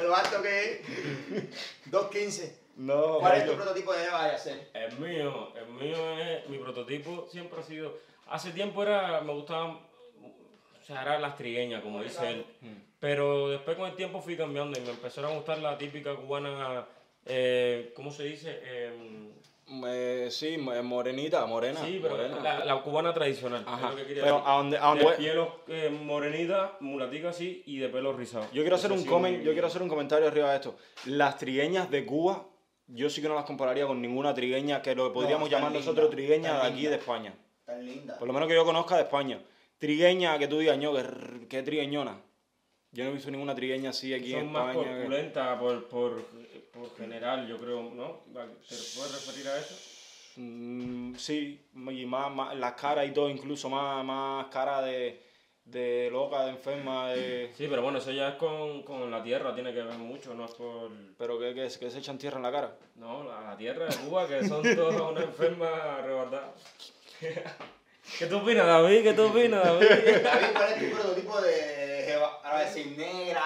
Speaker 3: El alto que es [LAUGHS] 2.15.
Speaker 5: No,
Speaker 3: ¿Cuál es tu
Speaker 5: marico.
Speaker 3: prototipo de jeva de hacer?
Speaker 4: el mío, el mío es. Mi prototipo siempre ha sido. Hace tiempo era. Me gustaban. O sea, eran las trigueñas, como dice él.
Speaker 5: Hmm.
Speaker 4: Pero después con el tiempo fui cambiando y me empezaron a gustar la típica cubana. eh, ¿Cómo se dice? Em,
Speaker 5: Eh, sí, mo- morenita, morena.
Speaker 4: Sí, pero
Speaker 5: morena.
Speaker 4: la, la cubana tradicional.
Speaker 5: Ajá,
Speaker 4: es lo que quería
Speaker 5: pero
Speaker 4: decir.
Speaker 5: a donde- a donde
Speaker 4: De
Speaker 5: voy-
Speaker 4: piel os- eh, morenita, mulatica así y de pelo rizado.
Speaker 5: Yo quiero hacer
Speaker 4: Ese ha
Speaker 5: un
Speaker 4: sido
Speaker 5: comment,
Speaker 4: mi-
Speaker 5: yo quiero hacer un comentario arriba de esto. Las trigueñas de Cuba, yo sí que no las compararía con ninguna trigueña que lo podríamos
Speaker 3: están
Speaker 5: llamar
Speaker 3: lindas,
Speaker 5: nosotros trigueña de
Speaker 3: están
Speaker 5: aquí
Speaker 3: lindas.
Speaker 5: de España.
Speaker 3: Tan linda.
Speaker 5: Por lo menos que yo conozca de España. Trigueña que tú digas, ño, que, que trigueñona. Yo no he visto ninguna trigueña así aquí en
Speaker 4: Son más
Speaker 5: España. que-
Speaker 4: corpulentas por, por, por general, yo creo, ¿no? Vale, ¿Te puedes referir a eso?
Speaker 5: Mm, sí, y más, más- las caras y todo, incluso más, más cara de, de loca, de enferma, de...
Speaker 4: Sí, pero bueno, eso ya es con, con la tierra, tiene que ver mucho, no es por...
Speaker 5: Pero que, que, que se echan tierra en la cara.
Speaker 4: No, la, la tierra de Cuba, que son
Speaker 5: [LAUGHS]
Speaker 4: todas unas enfermas rebardadas. [LAUGHS] ¿Qué tú opinas, David? ¿Qué tú opinas,
Speaker 5: [LAUGHS]
Speaker 4: David?
Speaker 3: David, ¿cuál es tu prototipo de jeva? Ahora voy a decir
Speaker 6: A
Speaker 3: [LAUGHS]
Speaker 6: mí me
Speaker 3: negra.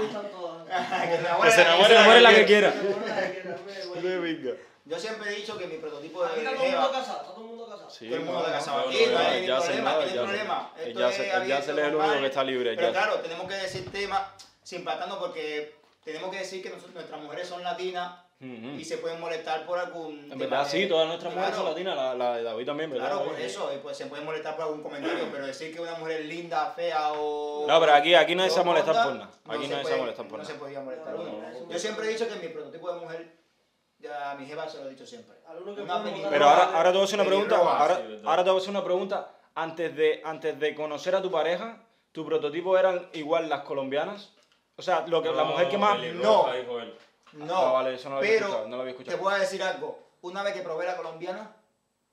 Speaker 6: gustan
Speaker 5: [LAUGHS]
Speaker 6: todas.
Speaker 3: que se
Speaker 5: Que se
Speaker 3: enamore.
Speaker 5: enamore
Speaker 4: muere la que
Speaker 6: Me
Speaker 4: quiera.
Speaker 6: enamoro de la que la veo, güey.
Speaker 3: Yo siempre he dicho que mi prototipo
Speaker 6: Aquí
Speaker 3: de
Speaker 6: está todo el mundo
Speaker 3: jeva...
Speaker 6: casado, está todo el mundo casado.
Speaker 5: Sí,
Speaker 3: Todo el mundo
Speaker 5: no,
Speaker 3: la casaba
Speaker 5: no,
Speaker 3: aquí,
Speaker 5: no,
Speaker 3: no hay
Speaker 5: el
Speaker 3: ningún
Speaker 5: jazz es
Speaker 3: problema,
Speaker 5: nada,
Speaker 3: tiene
Speaker 5: el jazz es-
Speaker 3: problema.
Speaker 5: El
Speaker 3: Esto
Speaker 5: jazz,
Speaker 3: es
Speaker 5: el jazz es
Speaker 3: abierto,
Speaker 5: el único
Speaker 3: normal.
Speaker 5: que está libre. el
Speaker 3: Pero
Speaker 5: jazz.
Speaker 3: claro, tenemos que decir temas simpatando porque tenemos que decir que nosotros- nuestras mujeres son latinas
Speaker 5: Ujú.
Speaker 3: y se pueden molestar por algún.
Speaker 5: En
Speaker 3: tema
Speaker 5: verdad,
Speaker 3: de-
Speaker 5: sí, todas nuestras mujeres
Speaker 3: Claro,
Speaker 5: son latinas, la, la de David también, ¿verdad?
Speaker 3: Claro,
Speaker 5: David?
Speaker 3: por eso, eh, pues se pueden molestar por algún comentario, pero decir que una mujer es linda, fea o.
Speaker 5: No, pero aquí- aquí nadie se
Speaker 3: o
Speaker 5: va a molestar
Speaker 3: gorda,
Speaker 5: por nada. Aquí nadie se va a
Speaker 3: puede-
Speaker 5: molestar por
Speaker 3: No
Speaker 5: nada.
Speaker 3: se podía molestar
Speaker 6: No,
Speaker 3: uno.
Speaker 6: no, no.
Speaker 3: Yo siempre he dicho que mi prototipo de mujer, ya a mi jefa se lo he dicho siempre.
Speaker 6: Alguno que
Speaker 3: Una
Speaker 6: puede
Speaker 3: pelirroja.
Speaker 5: Pero ahora, ahora te voy a hacer una pregunta.
Speaker 3: Pelirroja,
Speaker 5: Ahora,
Speaker 4: sí, verdad.
Speaker 5: ahora te voy a hacer una pregunta. Antes de, antes de conocer a tu pareja, ¿tu prototipo eran igual las colombianas? O sea, lo que, la mujer que más.
Speaker 4: pelirroja,
Speaker 3: no.
Speaker 4: dijo él.
Speaker 3: No,
Speaker 5: Ah, vale, eso no lo había
Speaker 3: pero
Speaker 5: escuchado, no lo había escuchado.
Speaker 3: Te voy a decir algo. Una vez que probé la colombiana,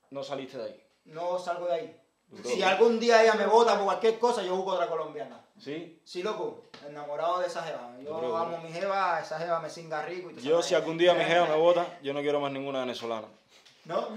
Speaker 5: No saliste de ahí.
Speaker 3: no salgo de ahí.
Speaker 5: Bro.
Speaker 3: Si algún día ella me vota por cualquier cosa, yo busco otra colombiana.
Speaker 5: ¿Sí?
Speaker 3: Sí, loco, enamorado de esa jeva. Yo
Speaker 5: Bro.
Speaker 3: amo mi jeva, esa jeva me cinga rico. Y toda
Speaker 5: Yo,
Speaker 3: esa
Speaker 5: si
Speaker 3: vaina.
Speaker 5: algún día mi jefa
Speaker 3: [LAUGHS]
Speaker 5: me vota, yo no quiero más ninguna venezolana.
Speaker 3: No,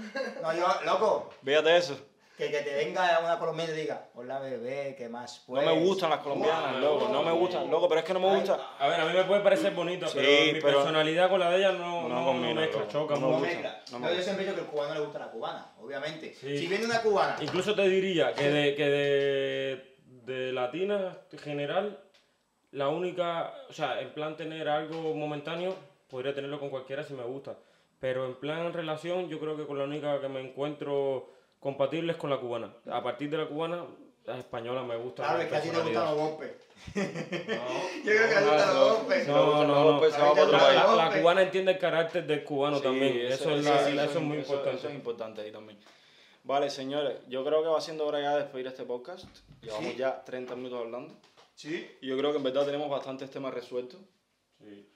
Speaker 3: no, yo, loco,
Speaker 5: Véate eso.
Speaker 3: que, que te venga una colombiana y te diga, hola bebé, ¿qué más?
Speaker 5: No
Speaker 3: pues?".
Speaker 5: me gustan las colombianas,
Speaker 4: Wow.
Speaker 5: loco. No me gustan, loco, pero es que no me gusta.
Speaker 4: A ver, a mí me puede parecer bonita,
Speaker 5: Sí,
Speaker 4: pero mi
Speaker 5: pero-
Speaker 4: personalidad con la de ella no,
Speaker 5: No
Speaker 4: no, no
Speaker 5: combina,
Speaker 4: mezcla,
Speaker 5: loco.
Speaker 4: choca
Speaker 5: No
Speaker 3: No
Speaker 4: mucho.
Speaker 5: me
Speaker 3: mezcla.
Speaker 5: no me
Speaker 3: No, yo
Speaker 5: gusta.
Speaker 3: siempre he dicho que al cubano le gusta la cubana, obviamente.
Speaker 4: Sí.
Speaker 3: Si viene una cubana,
Speaker 4: Incluso te diría que de, que de, de latina en general, la única, o sea, en plan tener algo momentáneo, podría tenerlo con cualquiera si me gusta. Pero en plan relación, yo creo que con la única que me encuentro compatible es con la cubana. A partir de la cubana, la española me gusta.
Speaker 3: claro,
Speaker 4: mi
Speaker 3: es que a ti te gustan
Speaker 4: personalidad.
Speaker 3: los golpes.
Speaker 4: No.
Speaker 3: [LAUGHS] Yo creo que a ti te gustan los golpes.
Speaker 5: Si le gustan los
Speaker 4: no,
Speaker 5: golpes, se
Speaker 3: no.
Speaker 5: va para otro
Speaker 4: La,
Speaker 5: país.
Speaker 4: la- la
Speaker 3: Hombre.
Speaker 4: cubana entiende el carácter del cubano
Speaker 5: Sí,
Speaker 4: también. Eso, es, la-
Speaker 5: sí,
Speaker 4: la- eso es muy
Speaker 5: eso-
Speaker 4: importante.
Speaker 5: Eso es importante ahí también. Vale, señores, yo creo que va siendo hora ya de despedir este podcast. Llevamos ya 30 minutos hablando.
Speaker 3: Sí.
Speaker 5: Y yo creo que en verdad tenemos bastantes temas resueltos.
Speaker 4: Sí.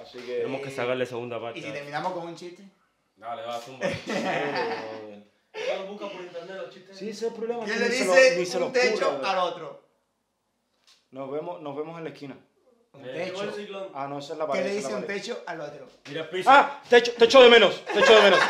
Speaker 5: Así que.
Speaker 4: Tenemos que sacarle segunda parte.
Speaker 3: Y si terminamos con un chiste.
Speaker 4: Dale,
Speaker 3: [LAUGHS]
Speaker 4: va, zumba.
Speaker 6: Ya lo busca por internet los chistes.
Speaker 5: Sí, ese es el problema.
Speaker 3: ¿Quién
Speaker 5: que
Speaker 3: le
Speaker 5: ni se lo- ni se
Speaker 3: dice
Speaker 5: lo
Speaker 3: un techo
Speaker 5: ocurre,
Speaker 3: al otro?
Speaker 5: Nos vemos, nos vemos en la esquina.
Speaker 3: Un
Speaker 4: Eh,
Speaker 6: Llegó el
Speaker 3: techo.
Speaker 6: ciclón.
Speaker 5: Ah, no, esa es la
Speaker 3: ¿Qué
Speaker 5: pared.
Speaker 3: le
Speaker 5: esa es
Speaker 3: dice
Speaker 5: la
Speaker 3: un
Speaker 5: pared.
Speaker 3: techo al otro?
Speaker 4: Mira, piso.
Speaker 5: ¡Ah! Techo, techo de menos. Techo [LAUGHS] de menos.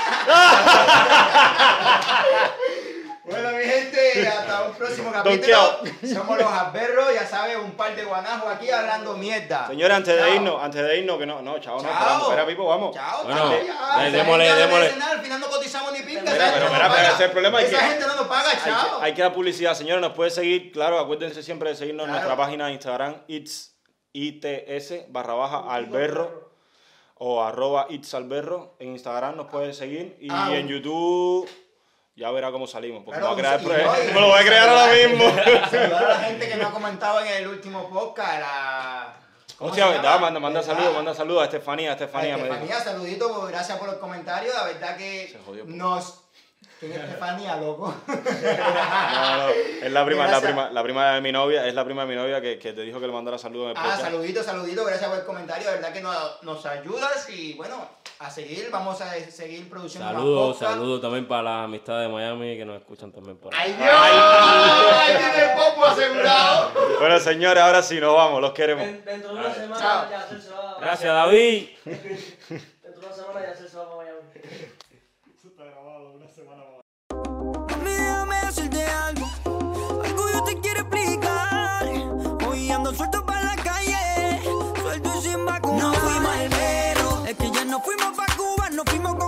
Speaker 3: Bueno, mi gente, hasta un próximo capítulo.
Speaker 5: Donkeado.
Speaker 3: Somos los asperros, ya sabes, un par de guanajos aquí hablando mierda.
Speaker 5: Señores, antes de
Speaker 3: Chao.
Speaker 5: irnos, antes de irnos, que no, no, chao, no,
Speaker 3: Chao.
Speaker 5: esperamos. Espera, Pipo, vamos.
Speaker 3: Chao,
Speaker 4: Bueno,
Speaker 3: chao, ya.
Speaker 4: dale,
Speaker 3: Esa
Speaker 4: démosle,
Speaker 3: gente no debe
Speaker 4: démosle.
Speaker 3: cenar, Al final no cotizamos ni pinta.
Speaker 5: Espera,
Speaker 3: esa gente
Speaker 5: pero,
Speaker 3: no
Speaker 5: espera,
Speaker 3: paga.
Speaker 5: espera, ese es el problema, hay
Speaker 3: Esa
Speaker 5: que-
Speaker 3: gente no nos paga,
Speaker 5: Hay
Speaker 3: chao.
Speaker 5: que, hay que dar publicidad, señores. Nos puede seguir, claro. Acuérdense siempre de seguirnos en
Speaker 3: Claro.
Speaker 5: nuestra página de Instagram, it's, its barra baja alberro o arroba it's alberro. En Instagram nos puede seguir y
Speaker 3: Ah,
Speaker 5: en
Speaker 3: un-
Speaker 5: YouTube ya verá cómo salimos. Porque
Speaker 3: Claro,
Speaker 5: voy Pues a crear
Speaker 3: un-
Speaker 5: el
Speaker 3: y
Speaker 5: proyecto.
Speaker 3: no,
Speaker 5: [LAUGHS] Me lo voy a crear ahora mismo.
Speaker 3: Saludar a la gente que no ha comentado en el último podcast. La... ¿cómo
Speaker 5: Hostia,
Speaker 3: se
Speaker 5: verdad,
Speaker 3: llama?
Speaker 5: manda, manda
Speaker 3: ¿Verdad?
Speaker 5: saludos, manda saludos a Estefanía, a Estefanía.
Speaker 3: Estefanía,
Speaker 5: me dijo.
Speaker 3: saludito, pues, gracias por los comentarios. La verdad
Speaker 5: Se
Speaker 3: que
Speaker 5: jodió, pues.
Speaker 3: nos. ¿Quién es Estefanía,
Speaker 5: [LAUGHS]
Speaker 3: loco?
Speaker 5: No, no, es la prima, es la
Speaker 3: Gracias.
Speaker 5: prima, la prima de mi novia, es la prima de mi novia que, que te dijo que le mandara saludos en el
Speaker 3: Ah,
Speaker 5: podcast.
Speaker 3: saludito, saludito, gracias por el comentario, de verdad que nos, nos ayudas y bueno, a seguir, vamos a seguir produciendo más
Speaker 4: Saludos,
Speaker 3: podcast.
Speaker 4: saludos también para las amistades de Miami que nos escuchan también por ahí.
Speaker 3: ¡Ay, Dios! ¡Ay, tiene el popo asegurado!
Speaker 5: Bueno, señores, ahora sí, nos vamos, los queremos.
Speaker 3: Eh,
Speaker 6: En- Dentro de una
Speaker 3: Chao.
Speaker 6: semana ya se va.
Speaker 4: Gracias, David.
Speaker 6: Dentro de una semana ya se va para Miami.
Speaker 2: Mami, déjame decirte algo, algo yo te quiero explicar. Hoy ando suelto para la calle, suelto y sin vacunar. No fuimos al Es que ya no fuimos para Cuba, no fuimos con